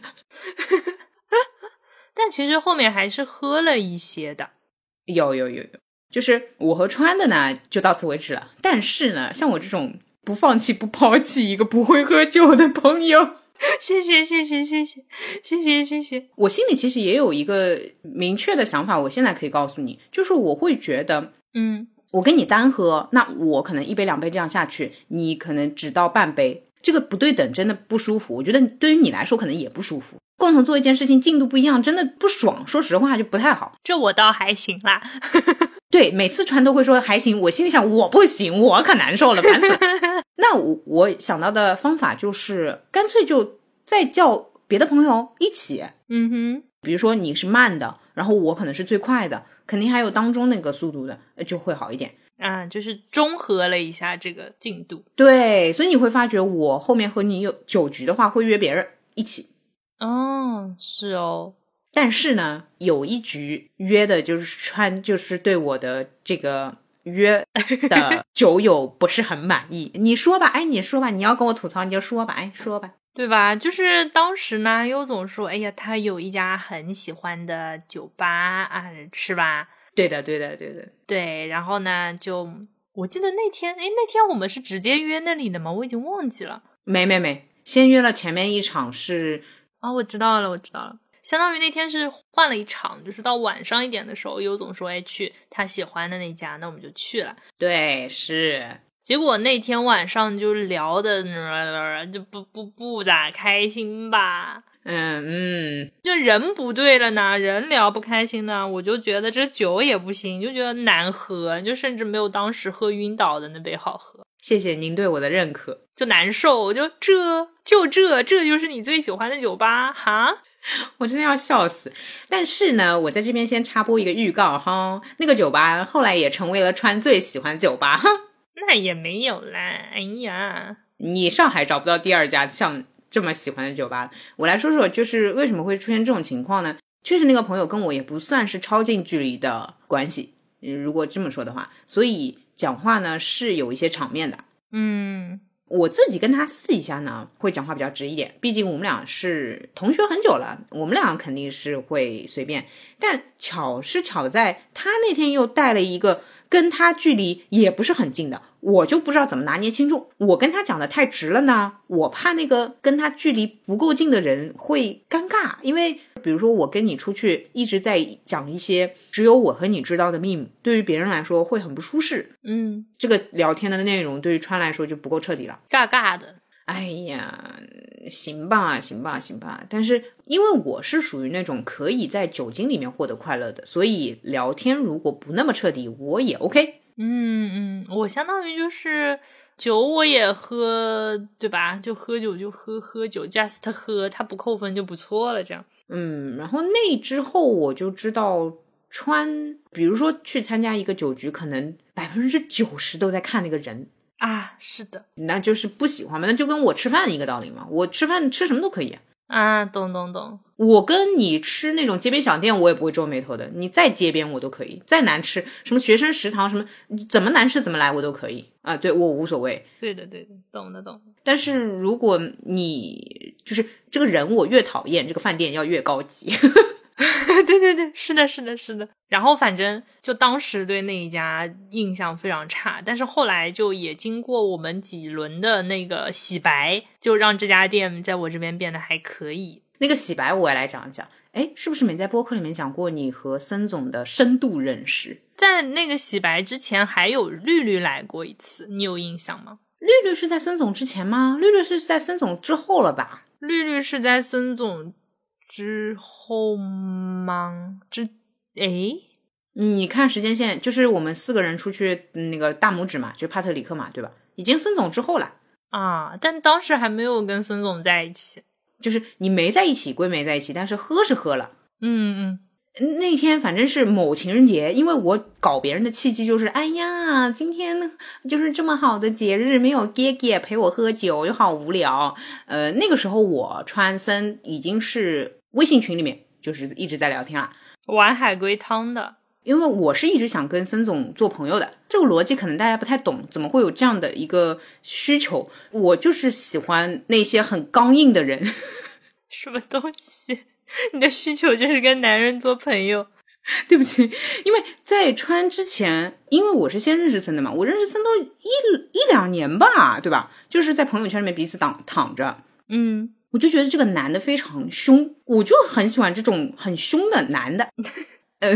Speaker 2: 但其实后面还是喝了一些的。
Speaker 1: 有有有有，就是我和川的呢，就到此为止了。但是呢，像我这种不放弃、不抛弃一个不会喝酒的朋友。
Speaker 2: 谢谢谢谢谢谢谢谢谢谢，
Speaker 1: 我心里其实也有一个明确的想法，我现在可以告诉你，就是我会觉得
Speaker 2: 嗯，
Speaker 1: 我跟你单喝，那我可能一杯两杯这样下去，你可能只到半杯，这个不对等真的不舒服。我觉得对于你来说可能也不舒服。共同做一件事情进度不一样，真的不爽，说实话就不太好。
Speaker 2: 这我倒还行啦。
Speaker 1: 对，每次川都会说还行，我心里想我不行，我可难受了，烦死了。那我我想到的方法就是干脆就再叫别的朋友一起，
Speaker 2: 嗯哼，
Speaker 1: 比如说你是慢的，然后我可能是最快的，肯定还有当中那个速度的，呃就会好一点。
Speaker 2: 啊，就是中和了一下这个进度。
Speaker 1: 对，所以你会发觉我后面和你有酒局的话，会约别人一起。
Speaker 2: 哦，是哦，
Speaker 1: 但是呢，有一局约的就是川，就是对我的这个约的酒友不是很满意。你说吧，哎，你说吧，你要跟我吐槽你就说吧，哎，说吧。
Speaker 2: 对吧？就是当时呢，优总说，哎呀，他有一家很喜欢的酒吧啊，是吧？
Speaker 1: 对的，对的，对的。
Speaker 2: 对，然后呢，就我记得那天，哎，那天我们是直接约那里的吗？我已经忘记了。
Speaker 1: 没没没，先约了前面一场是，
Speaker 2: 啊，我知道了，我知道了。相当于那天是换了一场，就是到晚上一点的时候，优总说，哎，去他喜欢的那家，那我们就去了。
Speaker 1: 对，是
Speaker 2: 结果那天晚上就聊的， 就不不不咋开心吧。
Speaker 1: 嗯嗯，
Speaker 2: 就人不对了呢，人聊不开心呢，我就觉得这酒也不行，就觉得难喝，就甚至没有当时喝晕倒的那杯好喝，
Speaker 1: 谢谢您对我的认可。
Speaker 2: 就难受。我就这就这，这就是你最喜欢的酒吧哈？
Speaker 1: 我真的要笑死。但是呢，我在这边先插播一个预告哈，那个酒吧后来也成为了川最喜欢的酒吧哈。
Speaker 2: 那也没有啦，哎呀，
Speaker 1: 你上海找不到第二家像这么喜欢的酒吧了。我来说说，就是为什么会出现这种情况呢？确实，那个朋友跟我也不算是超近距离的关系，呃如果这么说的话，所以讲话呢是有一些场面的。
Speaker 2: 嗯
Speaker 1: 我自己跟他私底下呢，会讲话比较直一点，毕竟我们俩是同学很久了，我们俩肯定是会随便。但巧是巧在，他那天又带了一个跟他距离也不是很近的，我就不知道怎么拿捏轻重。我跟他讲的太直了呢，我怕那个跟他距离不够近的人会尴尬，因为比如说我跟你出去一直在讲一些只有我和你知道的秘密，对于别人来说会很不舒适。
Speaker 2: 嗯，
Speaker 1: 这个聊天的内容对于川来说就不够彻底了。
Speaker 2: 尬尬的，
Speaker 1: 哎呀，行吧，行吧，行吧。但是因为我是属于那种可以在酒精里面获得快乐的，所以聊天如果不那么彻底，我也 OK。
Speaker 2: 嗯嗯，我相当于就是酒我也喝，对吧？就喝酒就喝喝酒，just 喝，它不扣分就不错了，这样。
Speaker 1: 嗯，然后那之后我就知道川，比如说去参加一个酒局，可能百分之九十都在看那个人，
Speaker 2: 啊，是的，
Speaker 1: 那就是不喜欢嘛，那就跟我吃饭一个道理嘛。我吃饭吃什么都可以啊，
Speaker 2: 啊，懂懂懂，
Speaker 1: 我跟你吃那种街边小店，我也不会皱眉头的。你再街边我都可以，再难吃，什么学生食堂，什么怎么难吃怎么来，我都可以啊。对我无所谓。
Speaker 2: 对的对的，懂的懂的。
Speaker 1: 但是如果你就是这个人，我越讨厌，这个饭店要越高级。
Speaker 2: 对对对，是的，是的，是的。然后反正就当时对那一家印象非常差，但是后来就也经过我们几轮的那个洗白，就让这家店在我这边变得还可以。
Speaker 1: 那个洗白我也来讲一讲。哎，是不是没在播客里面讲过你和森总的深度认识？
Speaker 2: 在那个洗白之前，还有绿绿来过一次，你有印象吗？
Speaker 1: 绿绿是在森总之前吗？绿绿是在森总之后了吧？
Speaker 2: 绿绿是在森总之后吗？之诶，
Speaker 1: 你看时间线，就是我们四个人出去嗯那个大拇指嘛，就帕特里克嘛，对吧？已经森总之后了，
Speaker 2: 啊，但当时还没有跟森总在一起。
Speaker 1: 就是你没在一起归没在一起，但是喝是喝了。
Speaker 2: 嗯嗯，
Speaker 1: 那天反正是某情人节，因为我搞别人的契机就是，哎呀，今天就是这么好的节日，没有爹爹陪我喝酒，又好无聊。呃，那个时候我川森已经是微信群里面就是一直在聊天了，
Speaker 2: 嗯玩海龟汤的。
Speaker 1: 因为我是一直想跟森总做朋友的，这个逻辑可能大家不太懂，怎么会有这样的一个需求？我就是喜欢那些很刚硬的人，
Speaker 2: 什么东西？ 你的需求就是跟男人做朋友。
Speaker 1: 对不起，因为在川之前，因为我是先认识森的嘛，我认识森都一一两年吧，对吧？就是在朋友圈里面彼此躺躺着，
Speaker 2: 嗯，
Speaker 1: 我就觉得这个男的非常凶，我就很喜欢这种很凶的男的。 呃，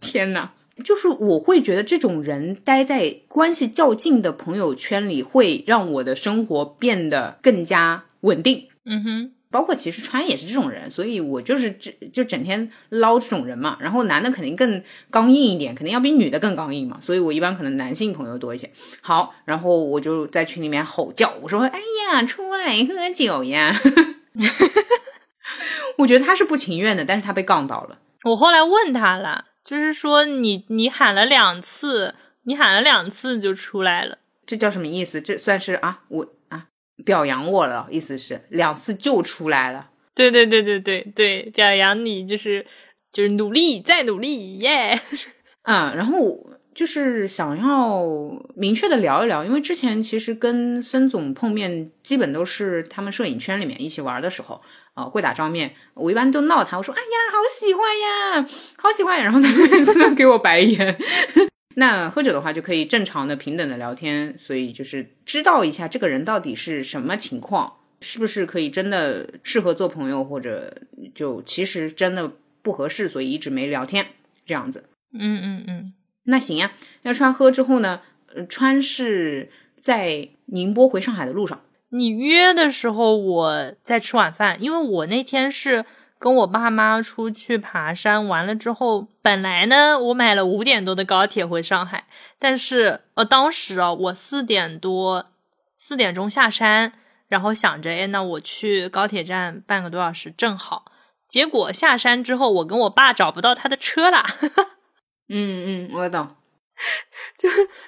Speaker 1: 天哪，就是我会觉得这种人待在关系较近的朋友圈里，会让我的生活变得更加稳定。
Speaker 2: 嗯哼，
Speaker 1: 包括其实川也是这种人，所以我就是这就整天捞这种人嘛。然后男的肯定更刚硬一点，肯定要比女的更刚硬嘛。所以我一般可能男性朋友多一些。好，然后我就在群里面吼叫，我说：“哎呀，出来喝酒呀！”我觉得他是不情愿的，但是他被杠到了。
Speaker 2: 我后来问他了，就是说你你喊了两次，你喊了两次就出来了。
Speaker 1: 这叫什么意思？这算是啊，我啊表扬我了，意思是两次就出来了。
Speaker 2: 对对对对对对，表扬你就是就是努力再努力耶。
Speaker 1: 嗯，然后就是想要明确的聊一聊，因为之前其实跟森总碰面，基本都是他们摄影圈里面一起玩的时候，啊、会打照面，我一般都闹他，我说：“哎呀，好喜欢呀，好喜欢呀。”然后他每次都给我白眼。 那喝酒的话，就可以正常的、平等的聊天，所以就是知道一下这个人到底是什么情况，是不是可以真的适合做朋友，或者就其实真的不合适，所以一直没聊天这样子。
Speaker 2: 嗯嗯嗯，
Speaker 1: 那行呀，那川喝之后呢？呃川是在宁波回上海的路上，
Speaker 2: 你约的时候我在吃晚饭，因为我那天是跟我爸妈出去爬山，完了之后，本来呢我买了五点多的高铁回上海，但是呃当时啊我四点多四点钟下山，然后想着哎那我去高铁站半个多小时正好，结果下山之后我跟我爸找不到他的车啦。
Speaker 1: 嗯嗯，我懂。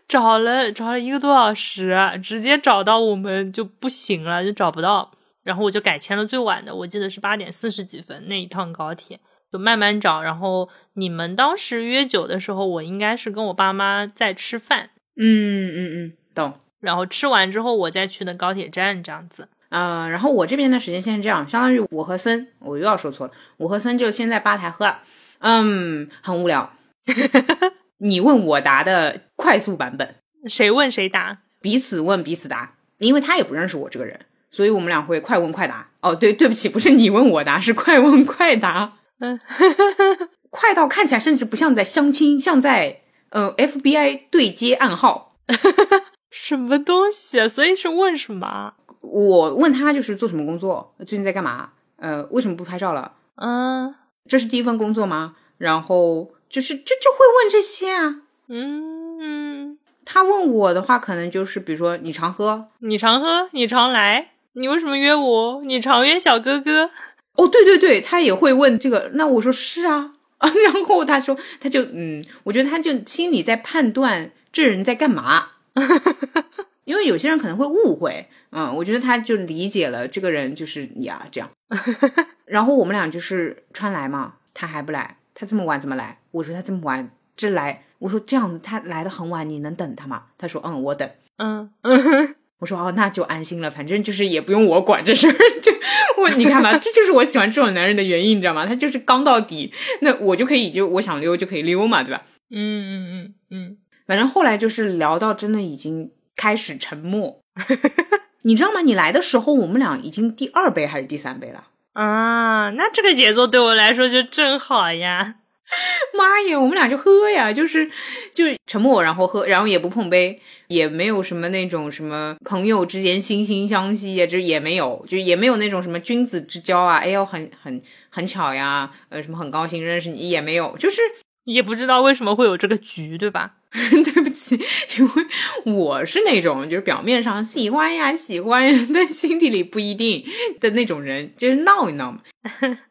Speaker 2: 找了找了一个多小时，直接找到我们就不行了，就找不到。然后我就改签了最晚的，我记得是八点四十几分那一趟高铁，就慢慢找。然后你们当时约酒的时候，我应该是跟我爸妈在吃饭，
Speaker 1: 嗯嗯嗯，懂。
Speaker 2: 然后吃完之后我再去的高铁站，这样子。
Speaker 1: 啊、然后我这边的时间线是这样，相当于我和森，我又要说错了，我和森就先在吧台喝了，嗯，很无聊。 你问我答的快速版本，
Speaker 2: 谁问谁答？
Speaker 1: 彼此问彼此答，因为他也不认识我这个人，所以我们俩会快问快答。哦，对，对不起，不是你问我答，是快问快答。
Speaker 2: 嗯，
Speaker 1: 快到看起来甚至不像在相亲，像在呃 FBI 对接暗号。
Speaker 2: 什么东西啊？所以是问什么啊？
Speaker 1: 我问他就是做什么工作，最近在干嘛，呃，为什么不拍照了？
Speaker 2: 嗯
Speaker 1: 这是第一份工作吗？然后就是就就会问这些啊。
Speaker 2: 嗯，
Speaker 1: 他问我的话，可能就是比如说你常喝，
Speaker 2: 你常喝，你常来，你为什么约我？你常约小哥哥。
Speaker 1: 哦，对对对，他也会问这个。那我说是啊， 啊，然后他说，他就嗯，我觉得他就心里在判断这人在干嘛， 因为有些人可能会误会，嗯，我觉得他就理解了这个人就是呀这样。然后我们俩就是川来嘛，他还不来，他这么晚怎么来？我说他这么晚这来，我说这样他来的很晚，你能等他吗？他说嗯，我等。
Speaker 2: 嗯 嗯，
Speaker 1: 我说哦，那就安心了，反正就是也不用我管这事儿。 就我你看吧，这就是我喜欢这种男人的原因，你知道吗？他就是刚到底，那我就可以就我想溜就可以溜嘛，对吧？
Speaker 2: 嗯嗯嗯嗯，
Speaker 1: 反正后来就是聊到真的已经开始 沉默，你知道吗？你来的时候我们俩已经第二杯还是第三杯了，
Speaker 2: 嗯啊，那这个节奏对我来说就正好呀。
Speaker 1: 妈呀，我们俩就喝呀，就是就沉默，然后喝，然后也不碰杯，也没有什么那种什么朋友之间惺惺相惜呀，就也没有，就也没有那种什么君子之交啊，哎呦，很很很巧呀，呃，什么很高兴认识你也没有，就是
Speaker 2: 也不知道为什么会有这个局，对吧？
Speaker 1: 对不起，因为我是那种就是表面上喜欢呀喜欢呀，但心底里不一定的那种人，就是闹一闹嘛。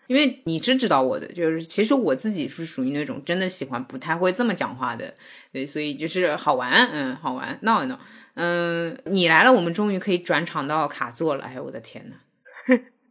Speaker 1: 因为你是知道我的，就是其实我自己是属于那种真的喜欢不太会这么讲话的，对，所以就是好玩，嗯，好玩，闹一闹，嗯，你来了，我们终于可以转场到卡座了，哎呦我的天呐，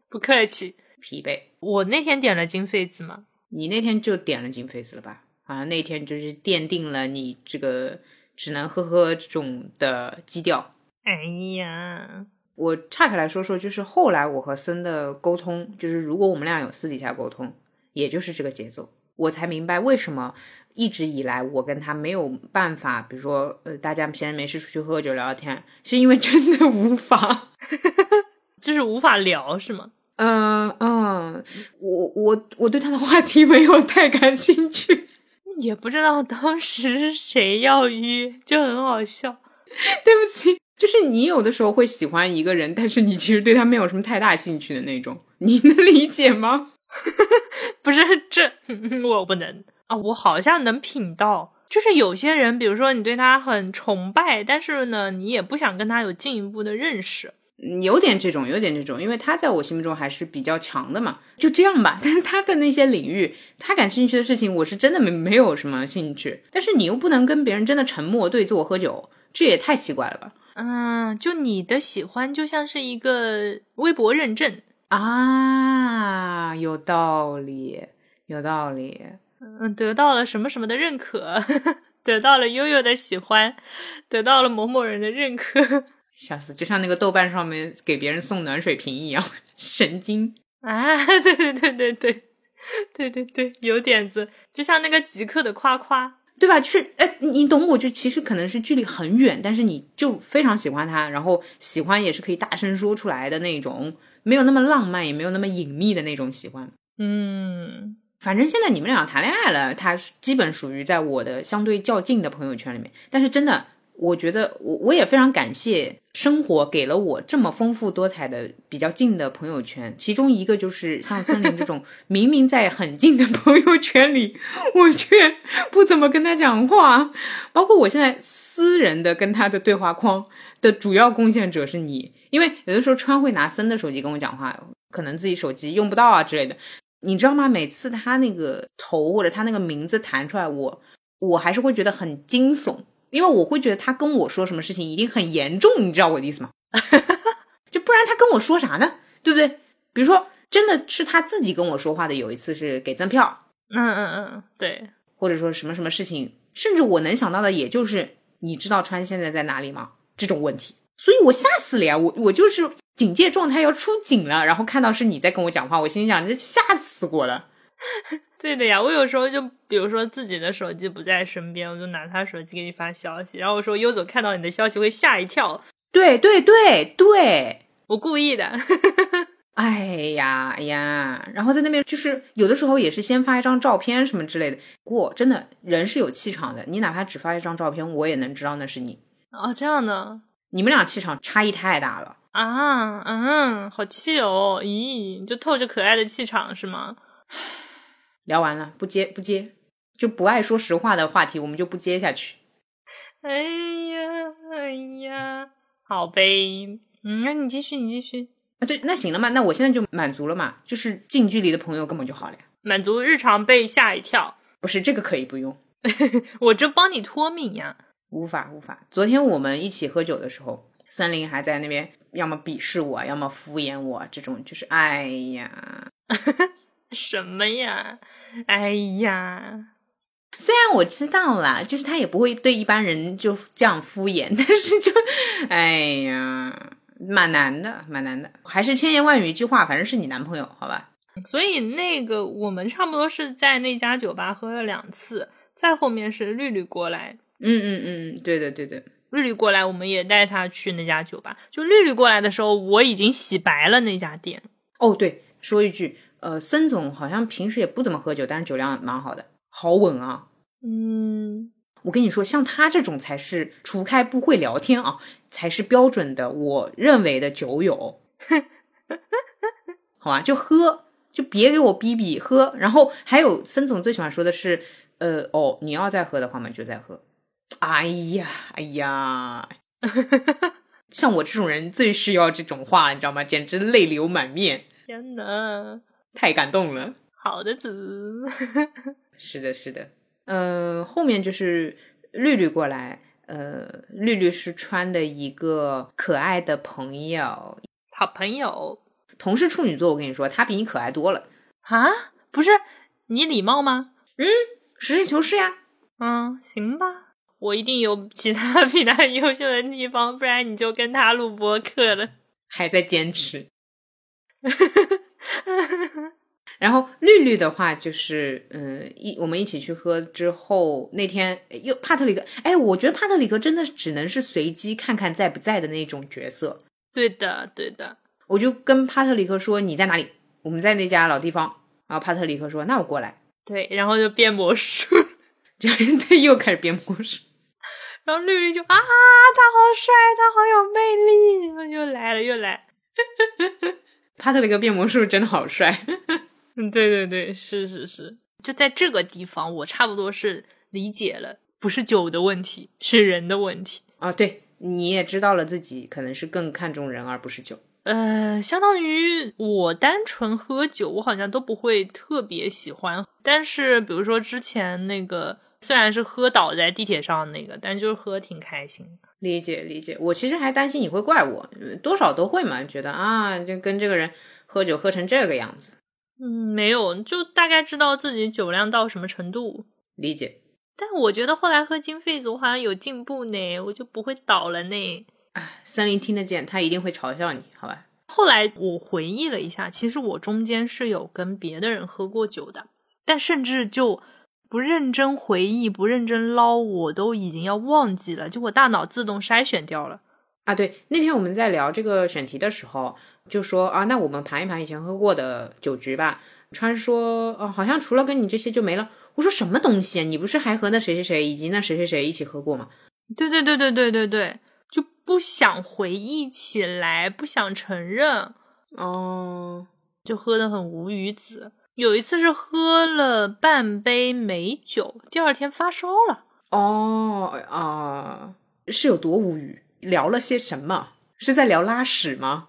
Speaker 2: 不客气。
Speaker 1: 疲惫。
Speaker 2: 我那天点了金痱子嘛，
Speaker 1: 你那天就点了金菲斯了吧？啊，那天就是奠定了你这个只能呵呵这种的基调。
Speaker 2: 哎呀，
Speaker 1: 我岔开来说说，就是后来我和森的沟通，就是如果我们俩有私底下沟通，也就是这个节奏，我才明白为什么一直以来我跟他没有办法，比如说呃，大家闲着没事出去喝喝酒聊聊天，是因为真的无法。
Speaker 2: 就是无法聊是吗？
Speaker 1: 嗯嗯，我我我对他的话题没有太感兴趣，
Speaker 2: 也不知道当时是谁要约，就很好笑。
Speaker 1: 对不起。就是你有的时候会喜欢一个人，但是你其实对他没有什么太大兴趣的那种，你能理解吗？
Speaker 2: 不是这， 我不能啊、我好像能品到，就是有些人，比如说你对他很崇拜，但是呢，你也不想跟他有进一步的认识。
Speaker 1: 嗯有点这种，有点这种，因为他在我心目中还是比较强的嘛，就这样吧。但 是他的那些领域，他感兴趣的事情，我是真的没没有什么兴趣。但是你又不能跟别人真的沉默对坐喝酒，这也太奇怪了吧？
Speaker 2: 嗯，就你的喜欢就像是一个微博认证，
Speaker 1: 啊，有道理，有道理。
Speaker 2: 嗯，得到了什么什么的认可， 得到了悠悠的喜欢，得到了某某人的认可。
Speaker 1: 笑死，就像那个豆瓣上面给别人送暖水瓶一样， 神经。
Speaker 2: 啊， 对对对对对，对对对，有点子，就像那个极客的夸夸，
Speaker 1: 对吧？就是，哎，你你懂我，就其实可能是距离很远，但是你就非常喜欢他，然后喜欢也是可以大声说出来的那种，没有那么浪漫，也没有那么隐秘的那种喜欢。
Speaker 2: 嗯，
Speaker 1: 反正现在你们俩谈恋爱了，他基本属于在我的相对较近的朋友圈里面。但是真的，我觉得我我也非常感谢生活给了我这么丰富多彩的比较近的朋友圈。其中一个就是像森林这种明明在很近的朋友圈里，我却不怎么跟他讲话。包括我现在私人的跟他的对话框的主要贡献者是你，因为有的时候川会拿森的手机跟我讲话，可能自己手机用不到啊之类的。你知道吗？每次他那个头或者他那个名字弹出来，我我还是会觉得很惊悚，因为我会觉得他跟我说什么事情一定很严重，你知道我的意思吗？ 就不然他跟我说啥呢？对不对？比如说，真的是他自己跟我说话的。有一次是给赠票，
Speaker 2: 嗯嗯嗯，对，
Speaker 1: 或者说什么什么事情，甚至我能想到的也就是你知道川现在在哪里吗？这种问题，所以我吓死了呀！我我就是警戒状态要出警了，然后看到是你在跟我讲话，我心想这吓死我了。
Speaker 2: 对的呀。我有时候就比如说自己的手机不在身边，我就拿他手机给你发消息，然后我说优总看到你的消息会吓一跳，
Speaker 1: 对对对对，
Speaker 2: 我故意的。
Speaker 1: 哎呀哎呀，然后在那边就是有的时候也是先发一张照片什么之类的。不过真的人是有气场的，你哪怕只发一张照片，我也能知道那是你。
Speaker 2: 哦，这样的
Speaker 1: 你们俩气场差异太大了。
Speaker 2: 啊，嗯，好气哦，咦，就透着可爱的气场是吗？
Speaker 1: 聊完了，不接不接，就不爱说实话的话题，我们就不接下去。
Speaker 2: 哎呀，哎呀，好呗，嗯，那你继续，你继续，
Speaker 1: 啊，对，那行了嘛，那我现在就满足了嘛，就是近距离的朋友根本就好了呀。
Speaker 2: 满足日常被吓一跳，
Speaker 1: 不是这个可以不用，
Speaker 2: 我这帮你脱敏呀、
Speaker 1: 无法无法。昨天我们一起喝酒的时候，森林还在那边要么鄙视我，要么敷衍我，这种就是哎呀。
Speaker 2: 什么呀？哎呀，
Speaker 1: 虽然我知道啦，就是他也不会对一般人就这样敷衍， 但是就哎呀，蛮难的，蛮难的。还是千言万语一句话，反正是你男朋友，好吧？
Speaker 2: 所以那个我们差不多是在那家酒吧喝了两次，再后面是绿绿过来，
Speaker 1: 嗯嗯嗯，对的对的，
Speaker 2: 绿绿过来，我们也带他去那家酒吧。就绿绿过来的时候，我已经洗白了那家店。
Speaker 1: 哦，对，说一句，呃，森总好像平时也不怎么喝酒，但是酒量蛮好的，好稳啊。
Speaker 2: 嗯，
Speaker 1: 我跟你说，像他这种才是除开不会聊天啊，才是标准的我认为的酒友。好吧，就喝，就别给我逼逼喝。然后还有森总最喜欢说的是，呃，哦，你要再喝的话嘛，就再喝。哎呀，哎呀， 像我这种人最需要这种话，你知道吗？简直泪流满面，
Speaker 2: 天哪，
Speaker 1: 太感动了。
Speaker 2: 好的子，
Speaker 1: 是的，是的，呃，后面就是绿绿过来，呃，绿绿是穿的一个可爱的朋友，
Speaker 2: 好朋友
Speaker 1: 同是处女座，我跟你说，她比你可爱多了，
Speaker 2: 啊，不是你礼貌吗？
Speaker 1: 实事求是呀。
Speaker 2: 嗯，行吧，我一定有其他 比他优秀的地方，不然你就跟他录播客了。
Speaker 1: 还在坚持。 然后绿绿的话就是，嗯，一我们一起去喝之后，那天哎又帕特里克，哎，我觉得帕特里克真的只能是随机看看在不在的那种角色。
Speaker 2: 对的，对的，
Speaker 1: 我就跟帕特里克说你在哪里，我们在那家老地方。然后帕特里克说那我过来，
Speaker 2: 对，然后就变魔术，
Speaker 1: 就对又开始编故事。
Speaker 2: 然后绿绿就啊，他好帅，他好有魅力，然后又来了，又来。
Speaker 1: 帕特里克变魔术真的好帅，
Speaker 2: 嗯， 对对对，是是是，就在这个地方，我差不多是理解了，不是酒的问题，是人的问题。
Speaker 1: 啊！对，你也知道了自己可能是更看重人而不是酒。
Speaker 2: 呃，相当于我单纯喝酒，我好像都不会特别喜欢。但是比如说之前那个，虽然是喝倒在地铁上那个，但就是喝挺开心的。
Speaker 1: 理解理解，我其实还担心你会怪我，呃多少都会嘛，觉得啊，就跟这个人喝酒喝成这个样子，
Speaker 2: 嗯，没有，就大概知道自己酒量到什么程度。
Speaker 1: 理解。
Speaker 2: 但我觉得后来喝金痱子，我好像有进步呢，我就不会倒了呢。
Speaker 1: 森林听得见，他一定会嘲笑你，好吧？
Speaker 2: 后来我回忆了一下，其实我中间是有跟别的人喝过酒的，但甚至就不认真回忆、不认真捞，我都已经要忘记了，就我大脑自动筛选掉了。
Speaker 1: 啊，对，那天我们在聊这个选题的时候，就说啊，那我们盘一盘以前喝过的酒局吧。川说，哦、好像除了跟你这些就没了。我说什么东西啊？你不是还和那谁谁谁以及那谁谁谁一起喝过吗？
Speaker 2: 对对对对对对对，就不想回忆起来，不想承认，
Speaker 1: 哦，
Speaker 2: 就喝得很无语子。有一次是喝了半杯美酒，第二天发烧了。
Speaker 1: 哦啊，是有多无语？聊了些什么？是在聊拉屎吗？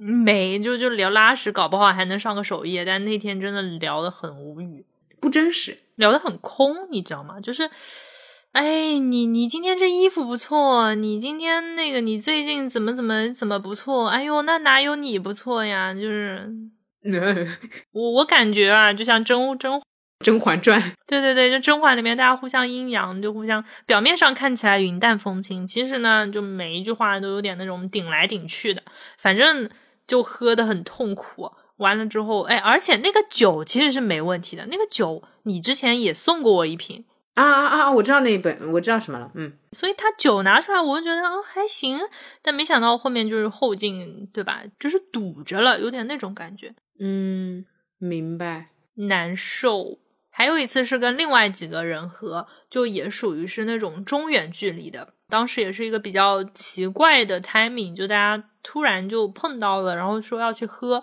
Speaker 2: 没，就就聊拉屎，搞不好还能上个首页。但那天真的聊得很无语，
Speaker 1: 不真实。
Speaker 2: 聊得很空，你知道吗？就是，哎，你你今天这衣服不错，你今天那个你最近怎么怎么怎么不错？哎呦，那哪有你不错呀？就是我我感觉啊，就像甄甄，
Speaker 1: 《甄嬛传》
Speaker 2: 对对对，就甄嬛里面大家互相阴阳，就互相表面上看起来云淡风轻，其实呢，就每一句话都有点那种顶来顶去的，反正就喝得很痛苦。完了之后，哎，而且那个酒其实是没问题的，那个酒你之前也送过我一瓶，
Speaker 1: 啊啊啊啊！我知道那一本，我知道什么了。嗯，
Speaker 2: 所以他酒拿出来，我就觉得哦还行，但没想到后面就是后劲，对吧？就是堵着了，有点那种感觉，
Speaker 1: 嗯，明白。
Speaker 2: 难受。还有一次是跟另外几个人喝，就也属于是那种中远距离的，当时也是一个比较奇怪的 timing，就大家突然就碰到了，然后说要去喝，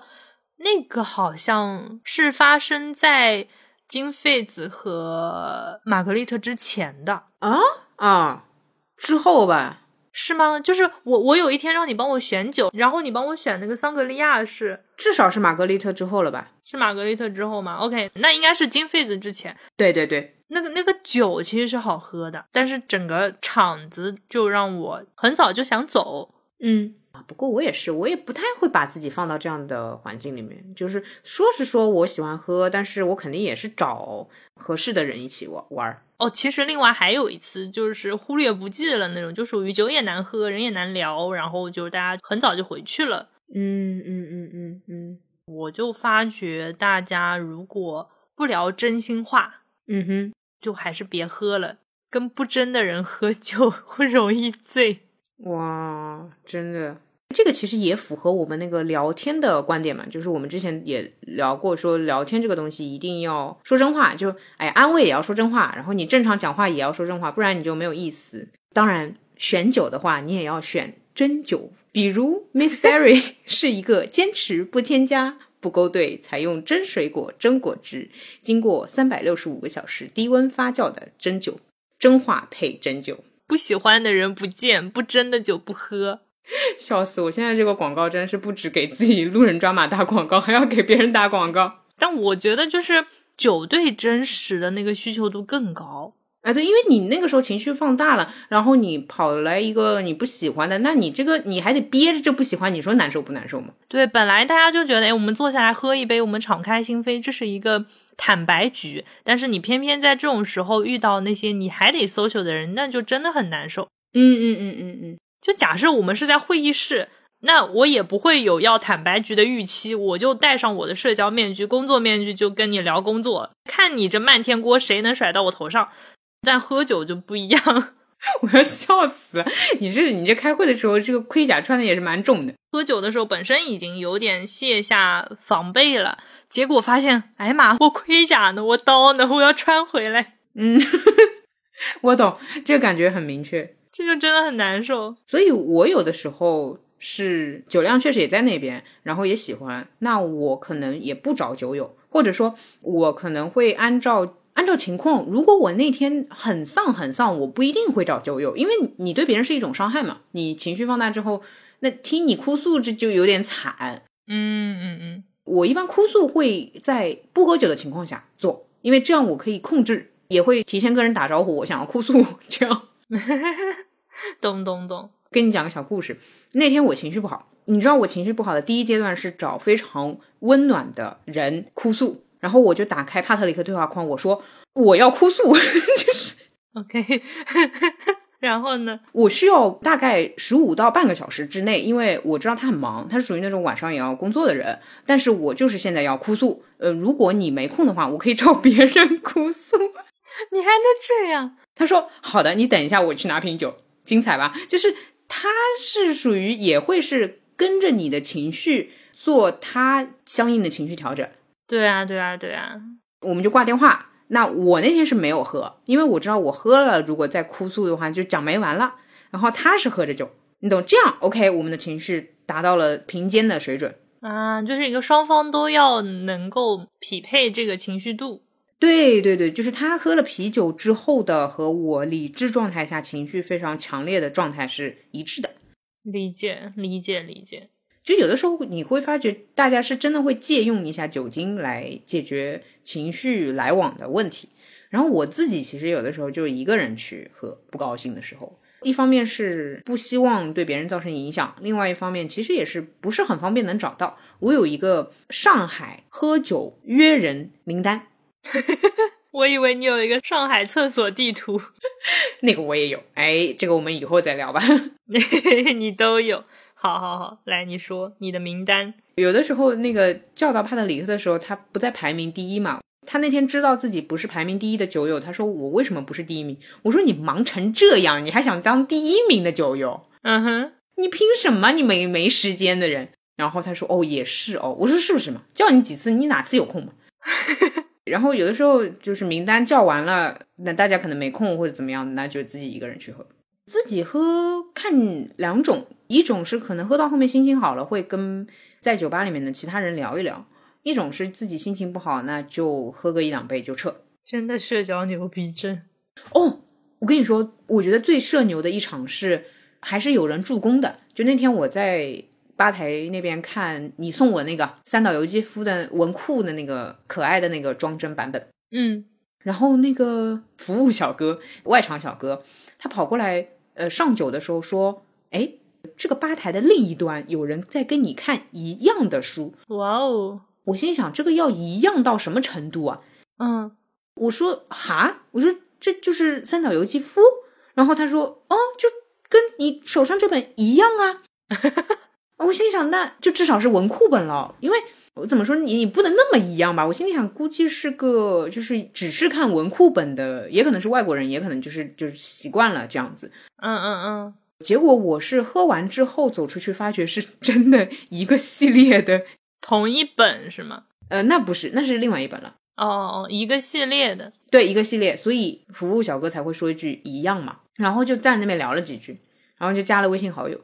Speaker 2: 那个好像是发生在金痱子和玛格丽特之前的。
Speaker 1: 啊啊，之后吧，
Speaker 2: 是吗？就是我，我有一天让你帮我选酒，然后你帮我选那个桑格利亚是
Speaker 1: 至少是玛格丽特之后了吧？
Speaker 2: 是玛格丽特之后吗？OK，那应该是金痱子之前。
Speaker 1: 对对对，
Speaker 2: 那个那个酒其实是好喝的，但是整个场子就让我很早就想走。
Speaker 1: 嗯。啊，不过我也是，我也不太会把自己放到这样的环境里面。就是说是说我喜欢喝，但是我肯定也是找合适的人一起玩玩儿。
Speaker 2: 哦，其实另外还有一次就是忽略不计了那种，就属于酒也难喝，人也难聊，然后就是大家很早就回去了。
Speaker 1: 嗯嗯嗯嗯嗯
Speaker 2: 我就发觉大家如果不聊真心话，
Speaker 1: 嗯哼，
Speaker 2: 就还是别喝了， 跟不真的人喝酒会容易醉。
Speaker 1: 哇，真的。这个其实也符合我们那个聊天的观点嘛，就是我们之前也聊过，说聊天这个东西一定要说真话，就哎安慰也要说真话，然后你正常讲话也要说真话，不然你就没有意思。当然，选酒的话，你也要选真酒，比如 Miss Berry 是一个坚持不添加。不勾兑，采用真水果、真果汁，经过三百六十五个小时低温发酵的真酒，真话配真酒。
Speaker 2: 不喜欢的人不见，不真的酒不喝。
Speaker 1: 笑死！我现在这个广告真的是不止给自己路人抓马打广告，还要给别人打广告。
Speaker 2: 但我觉得就是酒对真实的那个需求度更高。
Speaker 1: 哎，对，因为你那个时候情绪放大了，然后你跑来一个你不喜欢的，那你这个你还得憋着这不喜欢，你说难受不难受吗？
Speaker 2: 对，本来大家就觉得，哎，我们坐下来喝一杯，我们敞开心扉，这是一个坦白局。但是你偏偏在这种时候遇到那些你还得 social 的人，那就真的很难受。
Speaker 1: 嗯嗯嗯嗯嗯，
Speaker 2: 就假设我们是在会议室，那我也不会有要坦白局的预期，我就戴上我的社交面具、工作面具，就跟你聊工作，看你这漫天锅谁能甩到我头上。但喝酒就不一样，
Speaker 1: 我要笑死了！你这你这开会的时候，这个盔甲穿的也是蛮重的。
Speaker 2: 喝酒的时候本身已经有点卸下防备了，结果发现，哎妈，我盔甲呢？我刀呢？我要穿回来。
Speaker 1: 嗯，我懂，这个感觉很明确，
Speaker 2: 这就真的很难受。
Speaker 1: 所以我有的时候是酒量确实也在那边，然后也喜欢，那我可能也不找酒友，或者说，我可能会按照。按照情况，如果我那天很丧很丧，我不一定会找酒友，因为你对别人是一种伤害嘛。你情绪放大之后，那听你哭诉这就有点惨。
Speaker 2: 嗯嗯嗯，
Speaker 1: 我一般哭诉会在不喝酒的情况下做，因为这样我可以控制，也会提前跟人打招呼，我想要哭诉， 这样。
Speaker 2: 懂懂懂。
Speaker 1: 跟你讲个小故事，那天我情绪不好，你知道我情绪不好的第一阶段是找非常温暖的人哭诉。然后我就打开帕特里克对话框，我说我要哭诉， 就是
Speaker 2: OK 然后呢，
Speaker 1: 我需要大概十五到半个小时之内，因为我知道他很忙，他是属于那种晚上也要工作的人。但是我就是现在要哭诉，呃，如果你没空的话，我可以找别人 哭诉。
Speaker 2: 你还能这样？
Speaker 1: 他说好的，你等一下，我去拿瓶酒。精彩吧？就是他是属于也会是跟着你的情绪做他相应的情绪调整。
Speaker 2: 对啊，对啊，对啊，
Speaker 1: 我们就挂电话。那我那天是没有喝，因为我知道我喝了，如果再哭诉的话就讲没完了。然后他是喝着酒，你懂？这样 OK，我们的情绪达到了平肩的水准
Speaker 2: 啊，就是一个双方都要能够匹配这个情绪度。
Speaker 1: 对对对，就是他喝了啤酒之后的和我理智状态下情绪非常强烈的状态是一致的。
Speaker 2: 理解，理解，理解。
Speaker 1: 就有的时候你会发觉，大家是真的会借用一下酒精来解决情绪来往的问题。然后我自己其实有的时候就一个人去喝，不高兴的时候，一方面是不希望对别人造成影响，另外一方面其实也是不是很方便能找到。我有一个上海喝酒约人名单，
Speaker 2: 我以为你有一个上海厕所地图，
Speaker 1: 那个我也有。哎，这个我们以后再聊吧。
Speaker 2: 你都有。好好好，来你说你的名单。
Speaker 1: 有的时候那个叫到帕特里克的时候，他不在排名第一嘛。他那天知道自己不是排名第一的酒友，他说：“我为什么不是第一名？”我说：“你忙成这样，你还想当第一名的酒友？
Speaker 2: 嗯哼，
Speaker 1: 你凭什么？你没没时间的人。”然后他说：“哦，也是哦。”我说：“是不是嘛？叫你几次，你哪次有空嘛？” 然后有的时候就是名单叫完了，那大家可能没空或者怎么样，那就自己一个人去喝。自己喝看两种，一种是可能喝到后面心情好了，会跟在酒吧里面的其他人聊一聊；一种是自己心情不好，那就喝个一两杯就撤。
Speaker 2: 真的社交牛逼症
Speaker 1: 哦！我跟你说，我觉得最社牛的一场是还是有人助攻的。就那天我在吧台那边看你送我那个三岛由纪夫的文库的那个可爱的那个装帧版本，
Speaker 2: 嗯，
Speaker 1: 然后那个服务小哥、外场小哥，他跑过来。呃，上酒的时候说，哎，这个吧台的另一端有人在跟你看一样的书。
Speaker 2: 哇哦！
Speaker 1: 我心想，这个要一样到什么程度啊？
Speaker 2: 嗯，
Speaker 1: 我说哈，我说这就是三岛由纪夫。然后他说，哦，就跟你手上这本一样啊。我心想，那就至少是文库本了，因为我怎么说，你你不能那么一样吧？我心里想，估计是个就是只是看文库本的，也可能是外国人，也可能就是就是习惯了这样子。
Speaker 2: 嗯嗯嗯，
Speaker 1: 结果我是喝完之后走出去，发觉是真的一个系列的。
Speaker 2: 同一本是吗？
Speaker 1: 呃，那不是，那是另外一本了。
Speaker 2: 哦哦，一个系列的，
Speaker 1: 对，一个系列，所以服务小哥才会说一句一样嘛。然后就在那边聊了几句，然后就加了微信好友。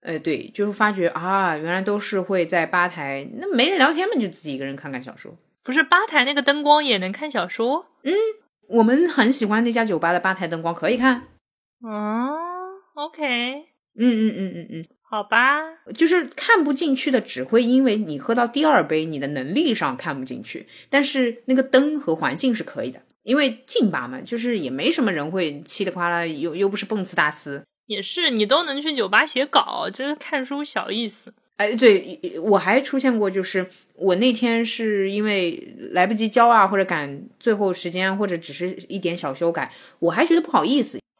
Speaker 1: 呃，对，就是发觉啊，原来都是会在吧台，那没人聊天嘛，就自己一个人看看小说。
Speaker 2: 不是吧台那个灯光也能看小说？
Speaker 1: 我们很喜欢那家酒吧的吧台灯光，可以看。
Speaker 2: 哦，OK，
Speaker 1: 嗯嗯嗯嗯嗯。
Speaker 2: 好吧，
Speaker 1: 就是看不进去的，只会因为你喝到第二杯，你的能力上看不进去，但是那个灯和环境是可以的，因为劲吧嘛，就是也没什么人会嘁里哗啦，又又不是蹦次大师。
Speaker 2: 也是，你都能去酒吧写稿，这个看书小意思。
Speaker 1: 哎，对，我还出现过，就是我那天是因为来不及交啊，或者赶最后时间，啊或者只是一点小修改，我还觉得不好意思。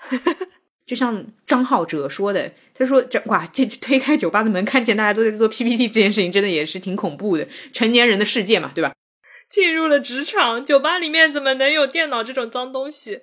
Speaker 1: 就像张浩哲说的，他说：“这哇，这这推开酒吧的门，看见大家都在做 PPT 这件事情，真的也是挺恐怖的，成年人的世界嘛，对吧？”
Speaker 2: 进入了职场，酒吧里面怎么能有电脑这种脏东西？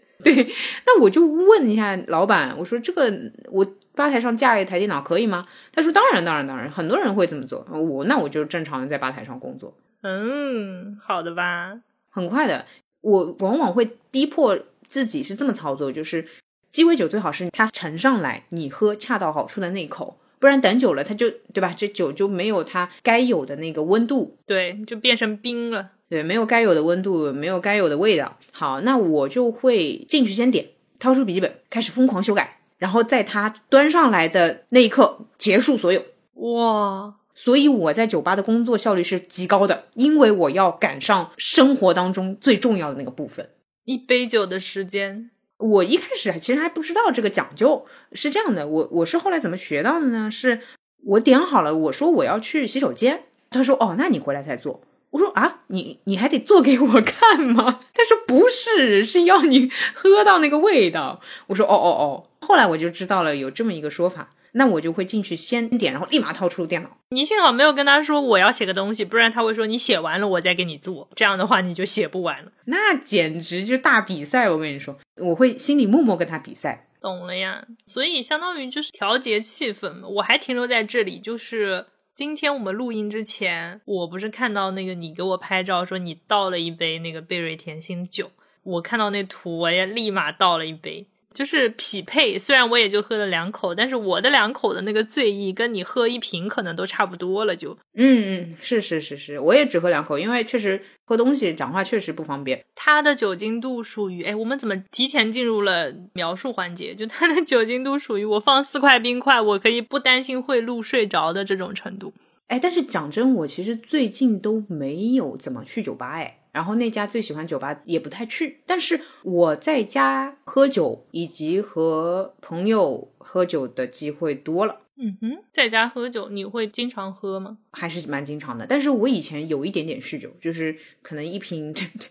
Speaker 1: 那我就问一下老板，我说这个我吧台上架一台电脑可以吗？他说当然，当然，当然，很多人会这么做。我那我就正常的在吧台上工作，
Speaker 2: 嗯，好的吧。
Speaker 1: 很快的。我往往会逼迫自己是这么操作，就是鸡尾酒最好是它盛上来，你喝恰到好处的那一口，不然等久了它就对吧？这酒就没有它该有的那个温度，
Speaker 2: 对，就变成冰了。
Speaker 1: 对，没有该有的温度，没有该有的味道。好，那我就会进去先点，掏出笔记本，开始疯狂修改，然后在它端上来的那一刻结束所有。
Speaker 2: 哇，
Speaker 1: 所以我在酒吧的工作效率是极高的，因为我要赶上生活当中最重要的那个部分。
Speaker 2: 一杯酒的时间，
Speaker 1: 我一开始还其实还不知道这个讲究是这样的，我我是后来怎么学到的呢？是我点好了，我说我要去洗手间，他说哦，那你回来再做。我说啊，你你还得做给我看吗？他说不是，是要你 喝到那个味道。我说哦哦哦，后来我就知道了有这么一个说法，那我就会进去先点，然后立马掏出电脑。
Speaker 2: 你幸好没有跟他说我要写个东西，不然他会说你写完了我再给你做，这样的话你就写不完了。
Speaker 1: 那简直就大比赛！我跟你说，我会心里默默跟他比赛。
Speaker 2: 懂了呀，所以相当于就是调节气氛嘛。我还停留在这里，就是今天我们录音之前，我不是看到那个你给我拍照说你倒了一杯那个贝瑞甜心酒，我看到那图我也立马倒了一杯，就是匹配。虽然我也就喝了两口，但是我的两口的那个醉意跟你喝一瓶可能都差不多了就，
Speaker 1: 嗯嗯，是是是是，我也只喝两口，因为确实喝东西讲话确实不方便。
Speaker 2: 它的酒精度属于，哎，我们怎么提前进入了描述环节？就它的酒精度属于我放四块冰块，我可以不担心会路睡着的这种程度。
Speaker 1: 哎，但是讲真，我其实最近都没有怎么去酒吧哎。然后那家最喜欢酒吧也不太去，但是我在家喝酒以及和朋友喝酒的机会多了，
Speaker 2: 嗯哼，在家喝酒你会经常喝吗？
Speaker 1: 还是蛮经常的。但是我以前有一点点酗酒，就是可能一瓶真的，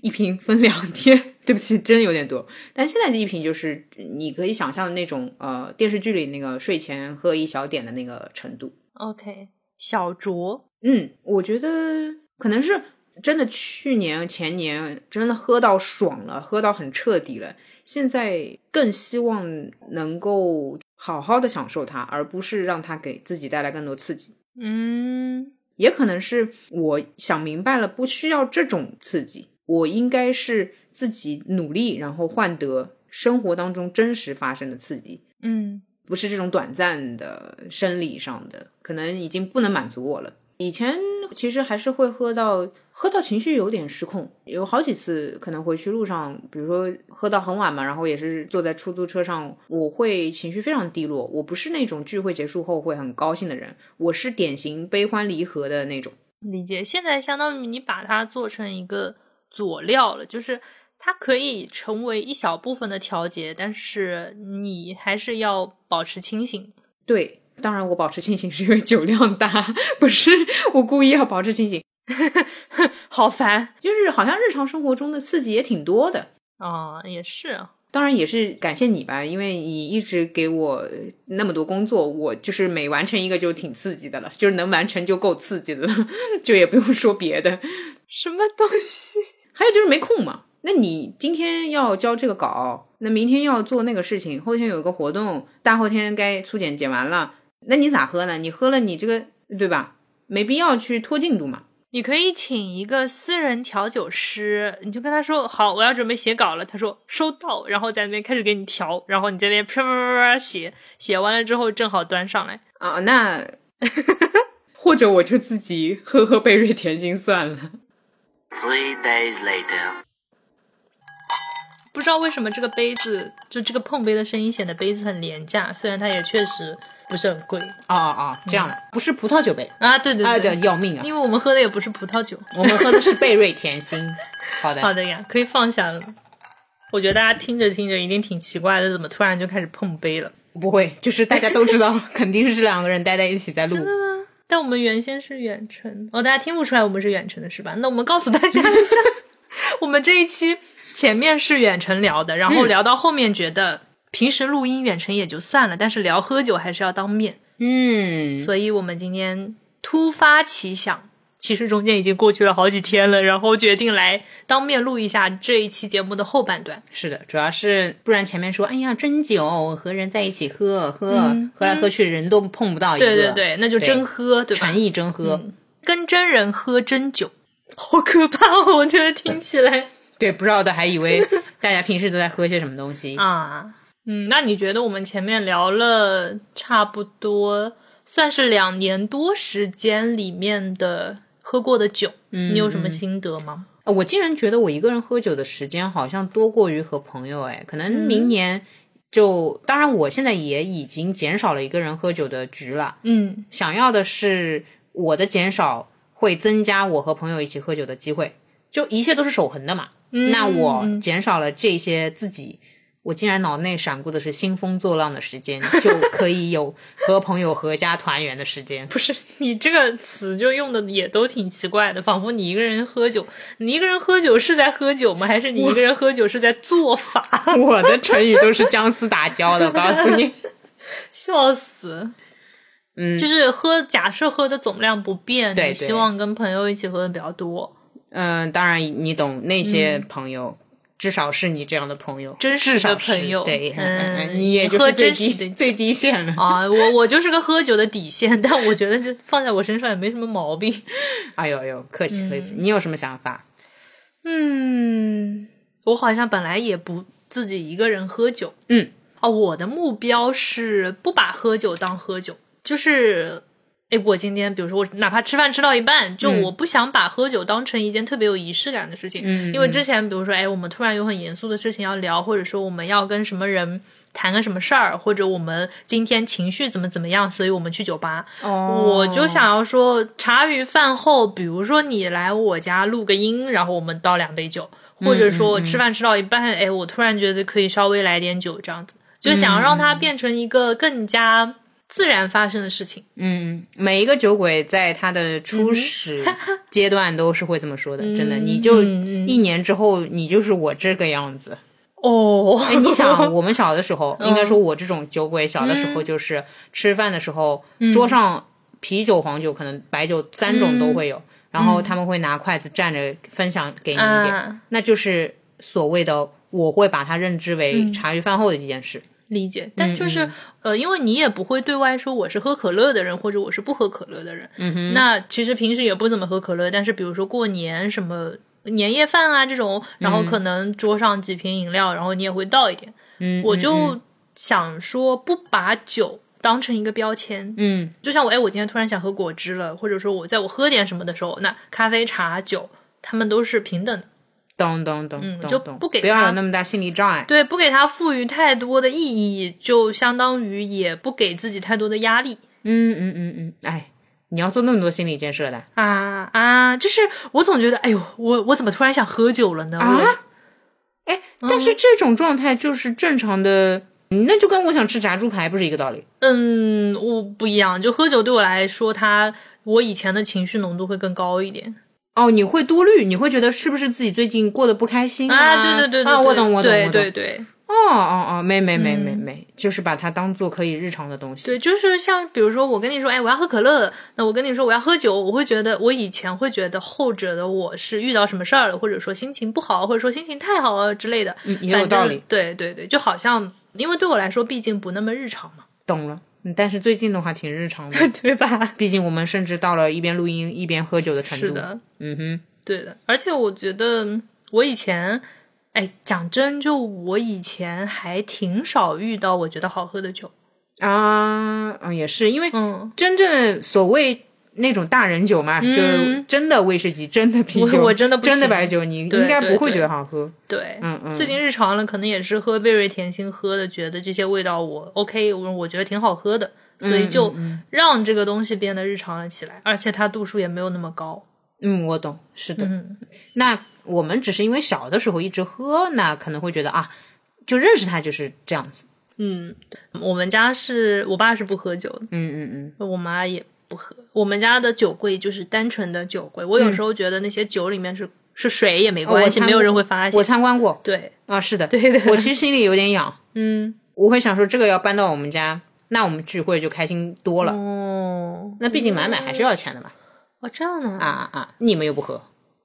Speaker 1: 一瓶分两天，对不起，真的有点多。但现在这一瓶就是你可以想象的那种呃电视剧里那个睡前喝一小点的那个程度。
Speaker 2: OK，小酌，
Speaker 1: 嗯，我觉得可能是真的，去年前年真的喝到爽了，喝到很彻底了。现在更希望能够好好的享受它，而不是让它给自己带来更多刺激。
Speaker 2: 嗯，
Speaker 1: 也可能是我想明白了，不需要这种刺激，我应该是自己努力，然后换得生活当中真实发生的刺激，
Speaker 2: 嗯，
Speaker 1: 不是这种短暂的生理上的，可能已经不能满足我了。以前其实还是会喝到喝到情绪有点失控，有好几次可能回去路上，比如说喝到很晚嘛，然后也是坐在出租车上，我会情绪非常低落。我不是那种聚会结束后会很高兴的人，我是典型悲欢离合的那种。
Speaker 2: 理解。现在相当于你把它做成一个佐料了，就是它可以成为一小部分的调节，但是你还是要保持清醒。
Speaker 1: 对，当然我保持清醒是因为酒量大，不是我故意要保持清醒，
Speaker 2: 好烦
Speaker 1: 就是好像日常生活中的刺激也挺多的。
Speaker 2: 啊、也是啊。
Speaker 1: 当然也是感谢你吧，因为你一直给我那么多工作，我就是每完成一个就挺刺激的了，就是能完成就够 刺激的了，就也不用说别的。
Speaker 2: 什么东西？
Speaker 1: 还有就是没空嘛，那你今天要交这个稿，那明天要做那个事情，后天有一个活动，大后天该粗剪剪完了，那你咋喝呢？你喝了你这个对吧？没必要去拖进度嘛。
Speaker 2: 你可以请一个私人调酒师，你就跟他说好，我要准备写稿了。他说收到，然后在那边开始给你调，然后你在那边啪啪啪啪写，写完了之后正好端上来。
Speaker 1: 啊， 那或者我就自己喝喝贝瑞甜心算了。
Speaker 3: Three days later.
Speaker 2: 不知道为什么这个杯子，就这个碰杯的声音显得杯子很廉价，虽然它也确实不是很贵
Speaker 1: 哦哦，这样的、不是葡萄酒杯，
Speaker 2: 啊。对对
Speaker 1: 哎
Speaker 2: 对，
Speaker 1: 对，要命啊！
Speaker 2: 因为我们喝的也不是葡萄酒。
Speaker 1: 我们喝的是贝瑞甜心。 好的，
Speaker 2: 好的呀，可以放下了。我觉得大家听着听着一定挺奇怪的，怎么突然就开始碰杯了？
Speaker 1: 不会，就是大家都知道， 肯定是这两个人待在一起在录。
Speaker 2: 但我们原先是远程哦，大家听不出来我们是远程的是吧？那我们告诉大家一下，我们这一期前面是远程聊的，然
Speaker 1: 嗯
Speaker 2: 后聊到后面觉得平时录音远程也就算了，但是聊喝酒还是要当面，
Speaker 1: 嗯，
Speaker 2: 所以我们今天突发奇想。其实中间已经过去了好几天了，然后决定来当面录一下这一期节目的后半段。
Speaker 1: 是的，主要是不然前面说，哎呀，真酒和人在一起喝喝、喝来喝去，人都碰不到一个。
Speaker 2: 嗯对对对，嗯那就真喝，对吧？
Speaker 1: 传译真喝，
Speaker 2: 跟真人喝真酒，好可怕哦！我觉得听起来
Speaker 1: 对，不知道的还以为大家平时都在喝些什么东西。
Speaker 2: 啊，嗯，那你觉得我们前面聊了差不多算是两年多时间里面的喝过的酒，你有什么心得吗？
Speaker 1: 呃我竟然觉得我一个人喝酒的时间好像多过于和朋友，哎，可能
Speaker 2: 嗯
Speaker 1: 明年就，当然我现在也已经减少了一个人喝酒的局了。
Speaker 2: 嗯
Speaker 1: 想要的是我的减少会增加我和朋友一起喝酒的机会，就一切都是守恒的嘛。
Speaker 2: 嗯
Speaker 1: 那我减少了这些自己，我竟然脑内闪过的是兴风作浪的时间，就可以有和朋友合家团圆的时间。
Speaker 2: 不是， 你这个词就用的也都挺奇怪的，仿佛你一个人喝酒，你一个人喝酒是在喝酒吗？还是你一个人喝酒是在做法？
Speaker 1: 我的成语都是僵尸打交的，我告诉你。
Speaker 2: 笑死！
Speaker 1: 嗯
Speaker 2: 就是喝，假设喝的总量不变，
Speaker 1: 对
Speaker 2: 你
Speaker 1: 对
Speaker 2: 希望跟朋友一起喝的比较多。
Speaker 1: 嗯，当然你懂那些朋友。至少是你这样的朋友，
Speaker 2: 嗯真实
Speaker 1: 至少
Speaker 2: 的朋
Speaker 1: 是
Speaker 2: 友
Speaker 1: 对，
Speaker 2: 嗯
Speaker 1: 你也就
Speaker 2: 喝
Speaker 1: 是最
Speaker 2: 真实
Speaker 1: 低
Speaker 2: 的
Speaker 1: 最低线了。
Speaker 2: 啊，我我就是个喝酒的底线，但我觉得这放在我身上也没什么毛病。
Speaker 1: 哎呦哎呦，客气客气，你有什么想法？
Speaker 2: 嗯， 我好像本来也不自己一个人喝酒。
Speaker 1: 嗯，
Speaker 2: 啊，我的目标是不把喝酒当喝酒，就是，哎，我今天比如说我哪怕吃饭吃到一半，就我不想把喝酒当成一件特别有仪式感的事情。
Speaker 1: 嗯
Speaker 2: 因为之前比如说，哎，我们突然有很严肃的事情要聊，或者说我们要跟什么人谈个什么事儿，或者我们今天情绪怎么怎么样，所以我们去酒吧。
Speaker 1: 嗯
Speaker 2: 我就想要说，茶余饭后，比如说你来我家录个音，然后我们倒两杯酒，或者说我吃饭吃到一半，哎，我突然觉得可以稍微来点酒，这样子，就想要让它变成一个更加自然发生的事情。
Speaker 1: 嗯，每一个酒鬼在他的初始阶段都是会这么说的，真的，你就
Speaker 2: 嗯嗯嗯
Speaker 1: 一年之后，你就是我这个样子。
Speaker 2: 哦，
Speaker 1: 哎，你 想，我们小的时候，应该说我这种酒鬼，小的时
Speaker 2: 嗯
Speaker 1: 候就是吃饭的时候，桌上啤酒、黄酒，可能白酒三种
Speaker 2: 嗯
Speaker 1: 都会有，然后他们会拿筷子蘸着分享给你一点，
Speaker 2: 啊
Speaker 1: 那就是所谓的，我会把它认知为
Speaker 2: 嗯
Speaker 1: 茶余饭后的一件事。
Speaker 2: 理解，
Speaker 1: 嗯
Speaker 2: 但就是、呃，因为你也不会对外说我是喝可乐的人，或者我是不喝可乐的人。嗯哼，那其实平时也不怎么喝可乐，但是比如说过年什么年夜饭啊这种，然后可能桌上几瓶饮料，然后你也会倒一点。
Speaker 1: 嗯，
Speaker 2: 我
Speaker 1: 嗯
Speaker 2: 就想说，不把酒当成一个标签，
Speaker 1: 嗯
Speaker 2: 就像我哎，我今天突然想喝果汁了，或者说我在我喝点什么的时候，那咖啡、茶、酒，他们都是平等的。
Speaker 1: 懂懂懂懂，
Speaker 2: 嗯就
Speaker 1: 懂
Speaker 2: 不给
Speaker 1: 不要
Speaker 2: 他
Speaker 1: 有那么大心理障碍。
Speaker 2: 对，不给它赋予太多的意义，就相当于也不给自己太多的压力
Speaker 1: 嗯嗯嗯嗯，哎，你要做那么多心理建设的
Speaker 2: 啊啊！就是我总觉得，哎呦，我我怎么突然想喝酒了呢？
Speaker 1: 啊
Speaker 2: 我？
Speaker 1: 哎，
Speaker 2: 嗯
Speaker 1: 但是这种状态就是正常的，那就跟我想吃炸猪排不是一个道理。
Speaker 2: 嗯，我不一样，就喝酒对我来说，它我以前的情绪浓度会更高一点。
Speaker 1: 哦，你会多虑，你会觉得是不是自己最近过得不开心
Speaker 2: 啊对对对对，
Speaker 1: 啊啊，我懂，我懂，
Speaker 2: 对
Speaker 1: 我懂。
Speaker 2: 对对，
Speaker 1: 哦哦哦，没没没没
Speaker 2: 嗯
Speaker 1: 没，就是把它当做可以日常的东西。
Speaker 2: 对，就是像比如说，我跟你说，哎，我要喝可乐，那我跟你说我要喝酒，我会觉得，我以前会觉得后者的我是遇到什么事儿了，或者说心情不好，或者说心情太好啊之类的，
Speaker 1: 嗯也有
Speaker 2: 反正
Speaker 1: 道理
Speaker 2: 对对对，就好像因为对我来说，毕竟不那么日常 嘛，，
Speaker 1: 懂了。嗯，但是最近的话挺日常的
Speaker 2: 对吧？
Speaker 1: 毕竟我们甚至到了一边录音一边喝酒的程度。
Speaker 2: 是的，
Speaker 1: 嗯哼，
Speaker 2: 对的，而且我觉得嗯我以前，哎，讲真，就我以前还挺少遇到我觉得好喝的酒，
Speaker 1: 啊，嗯，也是，因为
Speaker 2: 嗯，
Speaker 1: 真正所谓那种大人酒嘛，就是真的威士忌、真的啤酒、
Speaker 2: 我我真的不
Speaker 1: 真的
Speaker 2: 行
Speaker 1: 白酒，你应
Speaker 2: 对
Speaker 1: 该
Speaker 2: 对
Speaker 1: 不会
Speaker 2: 对
Speaker 1: 觉得好喝。
Speaker 2: 对，
Speaker 1: 嗯嗯
Speaker 2: 最近日常了，可能也是喝贝瑞甜心喝的，觉得这些味道我 OK，我我觉得挺好喝的，所
Speaker 1: 嗯
Speaker 2: 以就让这个东西变得日常了起来，而且它度数也没有那么高。
Speaker 1: 嗯，我懂，是的。
Speaker 2: 嗯，
Speaker 1: 那我们只是因为小的时候一直喝，那可能会觉得啊，就认识它就是这样子。
Speaker 2: 嗯，我们家是我爸是不喝酒的，
Speaker 1: 嗯嗯
Speaker 2: 我妈也不喝，我们家的酒柜就是单纯的酒柜。我有时候觉得那些酒里面是、是水也没
Speaker 1: 嗯哦我
Speaker 2: 关系，
Speaker 1: 参
Speaker 2: 没有
Speaker 1: 过
Speaker 2: 人会发
Speaker 1: 嗯，我
Speaker 2: 现。
Speaker 1: 参观过
Speaker 2: 对，
Speaker 1: 啊，是的，
Speaker 2: 对的
Speaker 1: 我其实心里有点痒，
Speaker 2: 嗯，
Speaker 1: 我会想说这个要搬到我们家，那我们聚会就开心多了。
Speaker 2: 哦，
Speaker 1: 那毕竟买买还是要钱的嘛。
Speaker 2: 哦，这样呢
Speaker 1: 啊啊啊！你们又不喝，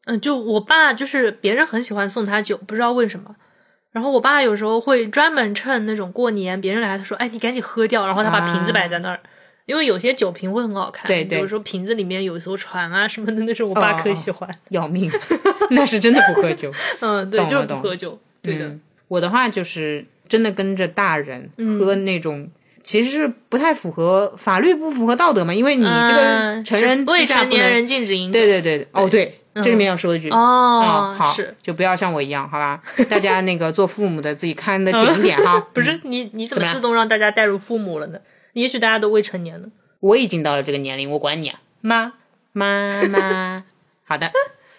Speaker 2: 嗯，就我爸就是别人很喜欢送他酒，不知道为什么。然后我爸有时候会专门趁那种过年别人来，他说：“哎，你赶紧喝掉。”然后他把瓶子摆在那儿，因为有些酒瓶会很好看，
Speaker 1: 啊对对
Speaker 2: 比如说瓶子里面有艘船啊什么的，那是我爸
Speaker 1: 哦
Speaker 2: 可
Speaker 1: 哦
Speaker 2: 喜 欢。
Speaker 1: 要命，那是真的不喝酒。
Speaker 2: 嗯，对，
Speaker 1: 懂
Speaker 2: 就是
Speaker 1: 了
Speaker 2: 不
Speaker 1: 懂
Speaker 2: 喝
Speaker 1: 了
Speaker 2: 酒，对的，
Speaker 1: 嗯我的话就是真的跟着大人
Speaker 2: 嗯
Speaker 1: 喝那种，其实是不太符合法律不符合道德嘛，因为你这个
Speaker 2: 嗯
Speaker 1: 成
Speaker 2: 是
Speaker 1: 人
Speaker 2: 未
Speaker 1: 之下
Speaker 2: 成
Speaker 1: 不能。
Speaker 2: 年人禁止饮酒，
Speaker 1: 对对对，对哦对，这里面要说一句。
Speaker 2: 哦
Speaker 1: 嗯，好，
Speaker 2: 是
Speaker 1: 就不要像我一样，好 吧？大家那个做父母的自己看得紧一点哈。嗯
Speaker 2: 不是你你怎
Speaker 1: 怎么
Speaker 2: 么
Speaker 1: 样
Speaker 2: 自动让大家带入父母了呢？也许大家都未成年呢，
Speaker 1: 我已经到了这个年龄，我管你啊，
Speaker 2: 妈。
Speaker 1: 妈 妈。好的，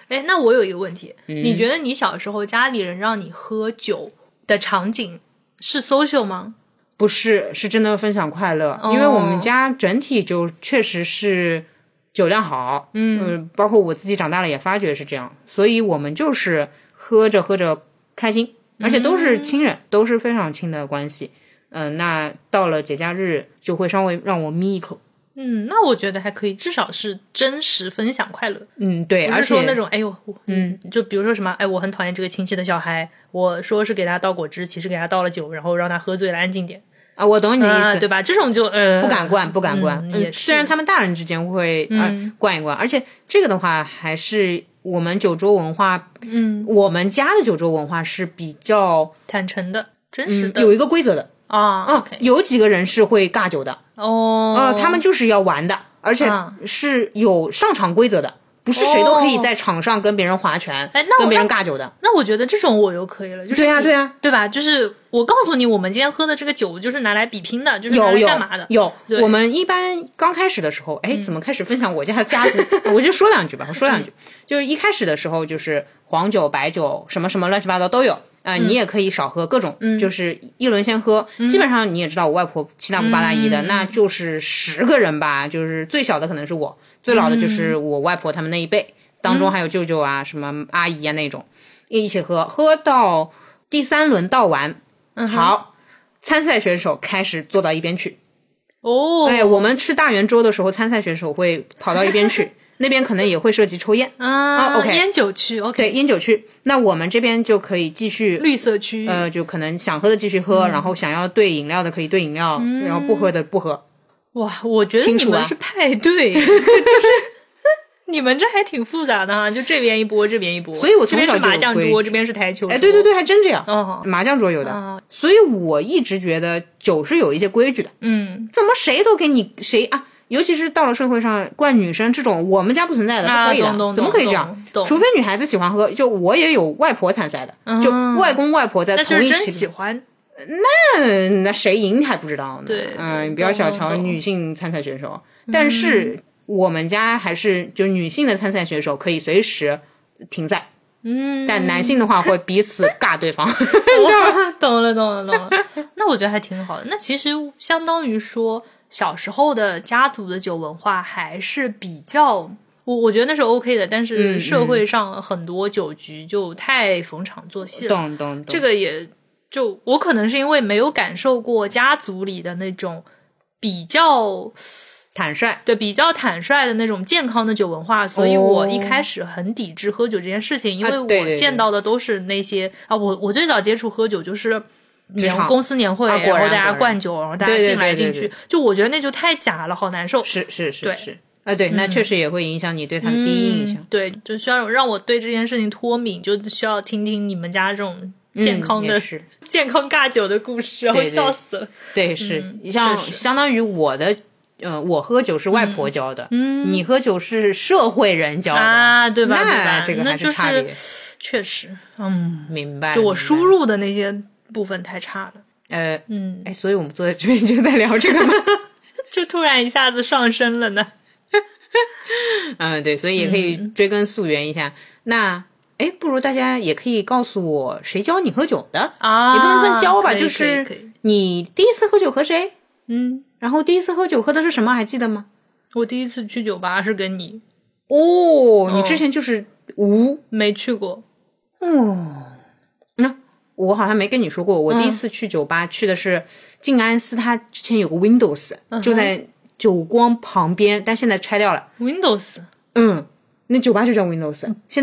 Speaker 2: 哎，那我有一个问题，
Speaker 1: 嗯
Speaker 2: 你觉得你小时候家里人让你喝酒的场景是 social 吗？
Speaker 1: 不是，是真的分享快乐，因为我
Speaker 2: 哦
Speaker 1: 们家整体就确实是酒量好，嗯、包括我自己长大了也发觉是这样，所以我们就是喝着喝着开心，而且都
Speaker 2: 嗯
Speaker 1: 是亲人，都是非常亲的关系。嗯、那到了节假日就会稍微让我眯一口，
Speaker 2: 嗯，那我觉得还可以，至少是真实分享快乐，
Speaker 1: 嗯，对，
Speaker 2: 不
Speaker 1: 而
Speaker 2: 是
Speaker 1: 且
Speaker 2: 说那种哎呦，我嗯，就比如说什么哎，我很讨厌这个亲戚的小孩，我说是给他倒果汁，其实给他倒了酒，然后让他喝醉了安静点，
Speaker 1: 啊，我懂你的意
Speaker 2: 啊，
Speaker 1: 思，
Speaker 2: 对吧？这种就呃
Speaker 1: 不敢灌，不敢灌。
Speaker 2: 嗯也
Speaker 1: 嗯，
Speaker 2: 是嗯
Speaker 1: 虽然他们大人之间会呃灌一灌，而且这个的话还是我们九州文化，
Speaker 2: 嗯，
Speaker 1: 我们家的九州文化是比较
Speaker 2: 坦诚的、真实的、
Speaker 1: 嗯有一个规则的，
Speaker 2: 啊
Speaker 1: 嗯
Speaker 2: ，OK，
Speaker 1: 有几个人是会尬酒的，
Speaker 2: 哦，
Speaker 1: 呃，他们就是要玩的，而且
Speaker 2: 啊哦
Speaker 1: 是有上场规则的。不是谁都可以在场上跟别人划拳，
Speaker 2: 哎那我
Speaker 1: 跟别人尬酒的。
Speaker 2: 那我觉得这种我又可以了，就是
Speaker 1: 对呀
Speaker 2: 你
Speaker 1: 对呀
Speaker 2: 对吧？就是我告诉你，我们今天喝的这个酒就是拿来比拼的，就是拿
Speaker 1: 有
Speaker 2: 来
Speaker 1: 有
Speaker 2: 干嘛的？
Speaker 1: 有
Speaker 2: 对，嗯
Speaker 1: 我们一般刚开始的时候，哎，怎么开始分享我家的家族？ 我就说两句吧，我说两句，
Speaker 2: 嗯
Speaker 1: 就是一开始的时候，就是黄酒、白酒，什么什么乱七八糟都有。啊、
Speaker 2: 嗯
Speaker 1: 你也可以少喝各种，就是一轮先喝。基本上你也知道，我外婆七大姑八大姨
Speaker 2: 嗯
Speaker 1: 的，那就是十个人吧，就是最小的可能是我，最老的就是
Speaker 2: 嗯
Speaker 1: 我外婆他们那一辈，当中还有舅舅啊、什么阿姨啊那种，一起喝，喝到第三轮倒完，
Speaker 2: 嗯
Speaker 1: 好，参赛选手开始坐到一边去。
Speaker 2: 哦，
Speaker 1: 哎，我们吃大圆桌的时候，参赛选手会跑到一边 去，那边可能也会涉及抽烟，
Speaker 2: 啊
Speaker 1: ，OK
Speaker 2: 烟酒区
Speaker 1: 对，
Speaker 2: ，OK，
Speaker 1: 烟酒区。那我们这边就可以继续，
Speaker 2: 绿嗯色区，
Speaker 1: 呃，就可能想喝的继续喝，然后想要兑饮料的可以兑饮料，
Speaker 2: 嗯
Speaker 1: 然后不喝的不喝。
Speaker 2: 哇，我觉得
Speaker 1: 清
Speaker 2: 你
Speaker 1: 楚
Speaker 2: 们
Speaker 1: 啊
Speaker 2: 是派 对，就是 你们这还挺复杂的哈，就这边一波，这边一波，
Speaker 1: 所以我
Speaker 2: 这
Speaker 1: 从
Speaker 2: 边
Speaker 1: 小
Speaker 2: 是麻
Speaker 1: 就
Speaker 2: 将
Speaker 1: 会
Speaker 2: 桌，这边是台球桌，
Speaker 1: 哎，对对对，还真这样。
Speaker 2: 哦
Speaker 1: 麻将桌有的，
Speaker 2: 哦
Speaker 1: 所以我一直觉得酒是有一些规矩的，
Speaker 2: 嗯，
Speaker 1: 怎么谁都给你谁啊？尤其是到了社会上，灌女生这种我们家不存在的，
Speaker 2: 啊
Speaker 1: 不可以的，
Speaker 2: 懂懂
Speaker 1: 怎么可以这
Speaker 2: 懂
Speaker 1: 样？
Speaker 2: 懂嗯
Speaker 1: 除非女孩子喜欢喝，就我也有外婆参赛的，就外公外婆在
Speaker 2: 那就
Speaker 1: 同
Speaker 2: 是
Speaker 1: 一
Speaker 2: 真
Speaker 1: 起
Speaker 2: 喜欢，
Speaker 1: 嗯，那谁赢还不知道呢。
Speaker 2: 对
Speaker 1: 嗯，
Speaker 2: 对
Speaker 1: 你不要小
Speaker 2: 懂
Speaker 1: 瞧
Speaker 2: 懂懂
Speaker 1: 女性参赛选手，但是我们家还是就女性的参赛选手可以随时停赛，
Speaker 2: 嗯，
Speaker 1: 但男性的话会彼此尬 对方。
Speaker 2: 哇懂了，懂了，懂了。那我觉得还挺好的。那其实相当于说，小时候的家族的酒文化还是比较，我我觉得那是 OK 的。但是社会上很多酒局就太逢场作戏了，
Speaker 1: 懂懂懂，
Speaker 2: 这个也就我可能是因为没有感受过家族里的那种比较
Speaker 1: 坦率，
Speaker 2: 对比较坦率的那种健康的酒文化，所以我一开始很抵制喝酒这件事情，因
Speaker 1: 哦啊
Speaker 2: 为
Speaker 1: 对对
Speaker 2: 我
Speaker 1: 对
Speaker 2: 见到的都是那些啊，我我最早接触喝酒就是。
Speaker 1: 职
Speaker 2: 年
Speaker 1: 场
Speaker 2: 公司年会，
Speaker 1: 啊
Speaker 2: 然
Speaker 1: 果
Speaker 2: 后大
Speaker 1: 然
Speaker 2: 家
Speaker 1: 果然
Speaker 2: 灌酒，然后大家
Speaker 1: 对对
Speaker 2: 进来
Speaker 1: 对
Speaker 2: 进
Speaker 1: 对对
Speaker 2: 去，就我觉得那就太假了，好难受。
Speaker 1: 是是是
Speaker 2: 对
Speaker 1: 是，啊对，那确实也会影响你对他的第一印象
Speaker 2: 嗯。。对，就需要让我对这件事情脱敏，就需要听听你们家这种健
Speaker 1: 嗯
Speaker 2: 康的、
Speaker 1: 也是，
Speaker 2: 健康尬酒的故事，我
Speaker 1: 对对
Speaker 2: 笑死了。
Speaker 1: 对是
Speaker 2: 嗯，
Speaker 1: 像
Speaker 2: 确实
Speaker 1: 相当于我的，呃，我喝酒是外婆教的，
Speaker 2: 嗯
Speaker 1: 你喝酒是社会人教的，
Speaker 2: 啊，对吧？对吧
Speaker 1: 那这个
Speaker 2: 那
Speaker 1: 还
Speaker 2: 就是
Speaker 1: 差别。
Speaker 2: 确实，嗯，
Speaker 1: 明白了？
Speaker 2: 就我
Speaker 1: 明白
Speaker 2: 输
Speaker 1: 了，
Speaker 2: 入的那些部分太差了，
Speaker 1: 呃，
Speaker 2: 嗯，
Speaker 1: 哎，所以我们坐在这边 就在聊这个嘛。
Speaker 2: 就突然一下子上升了呢。
Speaker 1: 嗯，对，所以也可以追根溯源一下。那哎，不如大家也可以告诉我，谁教你喝酒的？
Speaker 2: 啊
Speaker 1: 也不能算教吧，
Speaker 2: 可以
Speaker 1: 就
Speaker 2: 可以可以
Speaker 1: 是你第一次喝酒和谁？
Speaker 2: 嗯，
Speaker 1: 然后第一次喝酒喝的是什么？还记得吗？
Speaker 2: 我第一次去酒吧是跟你，
Speaker 1: 哦，你之前就是无
Speaker 2: 没去过，
Speaker 1: 哦，那、我好像没跟你说过，我第一次去酒吧、去的是静安寺，它之前有个 Windows，、就在久光旁边，但现在拆掉了。
Speaker 2: Windows
Speaker 1: 嗯，那酒吧就叫 Windows，、现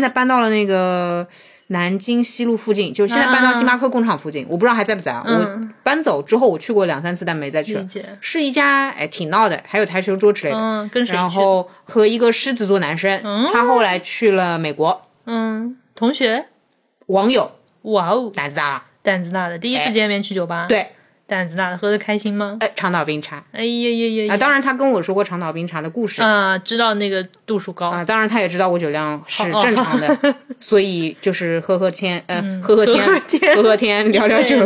Speaker 2: 嗯
Speaker 1: 在搬到了那个南京西路附近，就现在搬到星巴克工厂附近，我不知道还在不在啊。
Speaker 2: 嗯
Speaker 1: 我搬走之后，我去过两三次，但没再去
Speaker 2: 理
Speaker 1: 了。
Speaker 2: 解。
Speaker 1: 是一家哎挺闹的，还有台球桌之类的。
Speaker 2: 嗯，跟谁
Speaker 1: 然
Speaker 2: 去？
Speaker 1: 后和一个狮子座男生，他后来去了美国，
Speaker 2: 嗯，同学。
Speaker 1: 网友
Speaker 2: 哇哦，
Speaker 1: 胆子大了，
Speaker 2: 胆子大的，第一次
Speaker 1: 哎
Speaker 2: 见面去酒吧，，
Speaker 1: 对，
Speaker 2: 胆子大的，喝的开心吗？
Speaker 1: 呃，长岛冰茶啊、
Speaker 2: 哎呀呀呀！
Speaker 1: 当然他跟我说过长岛冰茶的故事啊、
Speaker 2: 啊，知道那个度数高，
Speaker 1: 当然他也知道我酒量是
Speaker 2: 哦嗯
Speaker 1: 正常的， 所以就是喝喝天，呃，喝喝天，
Speaker 2: 喝喝天
Speaker 1: 喝喝天，聊聊酒。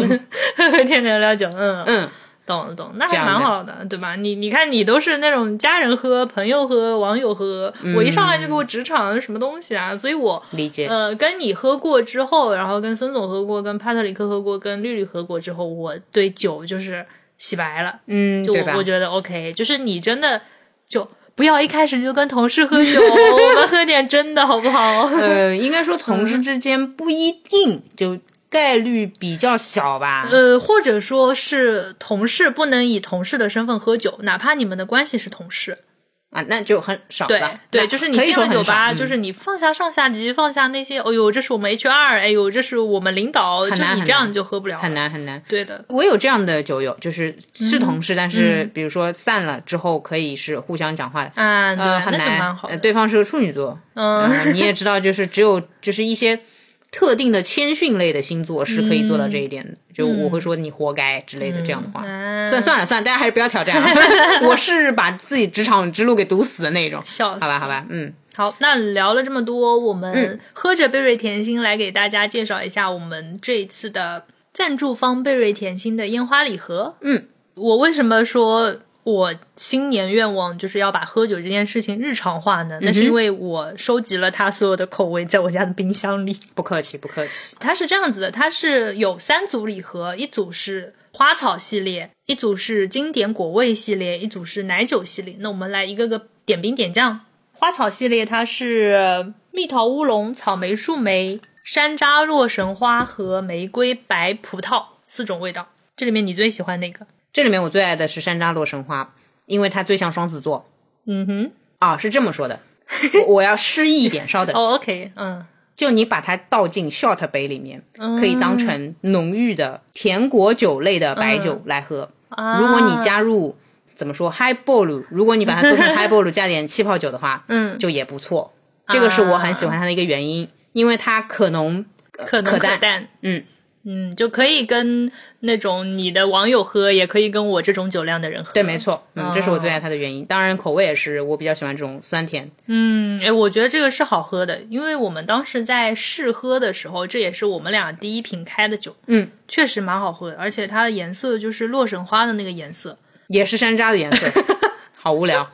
Speaker 2: 喝喝 天聊聊酒，嗯，
Speaker 1: 嗯，
Speaker 2: 懂了懂了，那
Speaker 1: 这
Speaker 2: 还
Speaker 1: 样的
Speaker 2: 蛮好的，对吧？你你看，你都是那种家人喝、朋友喝、网友喝，
Speaker 1: 嗯
Speaker 2: 我一上来就给我职场什么东西啊，所以我。
Speaker 1: 理解。
Speaker 2: 呃，跟你喝过之后，然后跟孙总喝过，跟帕特里克喝过，跟绿绿喝过之后，我对酒就是洗白了。
Speaker 1: 嗯，
Speaker 2: 就
Speaker 1: 对吧
Speaker 2: 我我？觉得 OK，就是你真的就不要一开始就跟同事喝 酒，我们喝点真的好不好？
Speaker 1: 呃，应该说同
Speaker 2: 嗯
Speaker 1: 事之间不一定，就概率比较小吧。
Speaker 2: 呃，或者说是同事不能以同事的身份喝酒，哪怕你们的关系是同事。
Speaker 1: 啊，那就很少
Speaker 2: 对
Speaker 1: 了。
Speaker 2: 对，
Speaker 1: 那
Speaker 2: 就是你
Speaker 1: 可以
Speaker 2: 进
Speaker 1: 说
Speaker 2: 了
Speaker 1: 很
Speaker 2: 酒吧，
Speaker 1: 少嗯
Speaker 2: 就是你放下上下级，放下那些，哎呦，这是我们 HR，哎呦，这是我们领导，就
Speaker 1: 很难
Speaker 2: 你
Speaker 1: 很
Speaker 2: 这样
Speaker 1: 难
Speaker 2: 你就喝不了
Speaker 1: 嗯很。难很难。
Speaker 2: 对的，
Speaker 1: 我有这样的酒友，就是
Speaker 2: 嗯
Speaker 1: 是同事，但是比如说散了之后，可以是互相讲话的。
Speaker 2: 啊，对，
Speaker 1: 呃，很
Speaker 2: 那就
Speaker 1: 难
Speaker 2: 蛮。好
Speaker 1: 呃，
Speaker 2: 的。
Speaker 1: 对方是个处女座，
Speaker 2: 嗯，
Speaker 1: 呃你也知道，就是只有就是一些特定的谦逊类的星座是可以做到这一点的。就我会说你活该之类的这样的话。
Speaker 2: 嗯啊
Speaker 1: 算算了算了，大家还是不要挑战了。 我是把自己职场之路给堵死的那种。
Speaker 2: 笑死
Speaker 1: 好吧，嗯好吧，嗯，
Speaker 2: 好，那聊了这么多，我们喝着贝瑞甜心来给大家介绍一下我们这一次的赞助方贝瑞甜心的烟花礼盒。
Speaker 1: 嗯，
Speaker 2: 我为什么说我新年愿望就是要把喝酒这件事情日常化呢？
Speaker 1: 嗯
Speaker 2: 那是因为我收集了它所有的口味，在我家的冰箱里。
Speaker 1: 不客气，不客气。
Speaker 2: 它是这样子的，它是有三组礼盒，一组是花草系列，一组是经典果味系列，一组是奶酒系列。那我们来一个个点兵点将。花草系列它是蜜桃乌龙、草莓树莓、山楂洛神花和玫瑰白葡萄四种味道。这里面你最喜欢哪个？
Speaker 1: 这里面我最爱的是山楂洛神花，因为它最像双子座
Speaker 2: 嗯哼，
Speaker 1: 啊，是这么说的。我我要诗意一点，稍等。
Speaker 2: 哦、o k 嗯，
Speaker 1: 就你把它倒进 shot 杯里面，可以当成浓郁的甜果酒类的白酒来喝。
Speaker 2: 啊
Speaker 1: 如果你加入怎么说 highball，如果你把 它做成 highball 加点气泡酒的话，
Speaker 2: 嗯啊
Speaker 1: 就也不错。这个是我很喜欢它的一个原因，因为它可浓
Speaker 2: 可浓
Speaker 1: 可
Speaker 2: 可
Speaker 1: 淡
Speaker 2: 淡，
Speaker 1: 嗯
Speaker 2: 嗯，就可以跟那种你的网友喝，也可以跟我这种酒量的人喝。
Speaker 1: 对，没错，嗯，这是我最爱它的原因。当然，口味也是我比较喜欢这种酸甜。
Speaker 2: 嗯，哎，我觉得这个是好喝的，因为我们当时在试喝的时候，这也是我们俩第一瓶开的酒，
Speaker 1: 嗯，
Speaker 2: 确实蛮好喝的，而且它的颜色就是洛神花的那个颜色。
Speaker 1: 也是山楂的 颜色，好无聊。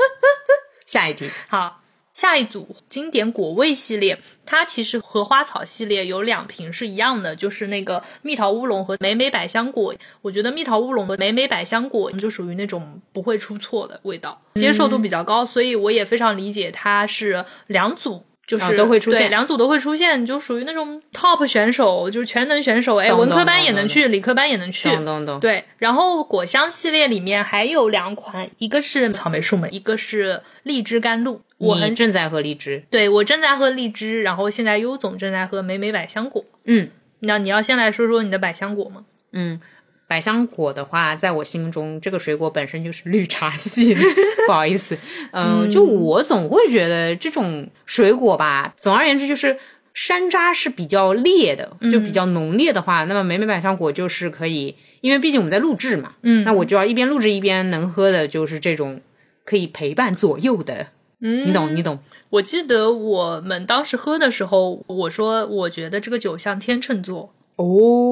Speaker 1: 下一题，
Speaker 2: 好，下一组经典果味系列，它其实和花草系列有两瓶是一样的，就是那个蜜桃乌龙和莓莓百香果。我觉得蜜桃乌龙和莓莓百香果就属于那种不
Speaker 1: 嗯
Speaker 2: 会出错的味道，接受度比较高，所以我也非常理解它是两组。就是、
Speaker 1: 啊都会出现
Speaker 2: 对，两组都会出现，就属于那种 top 选手，就是全能选手，哎，
Speaker 1: 懂
Speaker 2: 文科
Speaker 1: 懂
Speaker 2: 班
Speaker 1: 懂
Speaker 2: 也能
Speaker 1: 懂
Speaker 2: 去，理科班也能去，
Speaker 1: 懂懂懂，
Speaker 2: 对，然后果香系列里面还有两款，一个是草莓树莓，一个是荔枝甘露。我
Speaker 1: 你
Speaker 2: 很
Speaker 1: 正在和荔枝，
Speaker 2: 对我正在喝荔枝，然后现在优总正在喝莓莓百香果。
Speaker 1: 嗯
Speaker 2: 那你要先来说说你的百香果吗？
Speaker 1: 嗯。百香果的话，在我心中，这个水果本身就是绿茶系的， 不好意思，嗯，就我总会觉得这种水果吧，总而言之就是山楂是比较烈的，就
Speaker 2: 嗯
Speaker 1: 比较浓烈的话，那么莓莓百香果就是可以，因为毕竟我们在录制嘛，
Speaker 2: 嗯
Speaker 1: 那我就要一边录制一边能喝的，就是这种可以陪伴左右的，
Speaker 2: 嗯
Speaker 1: 你懂你懂，
Speaker 2: 我记得我们当时喝的时候，我说我觉得这个酒像天秤座，
Speaker 1: 哦，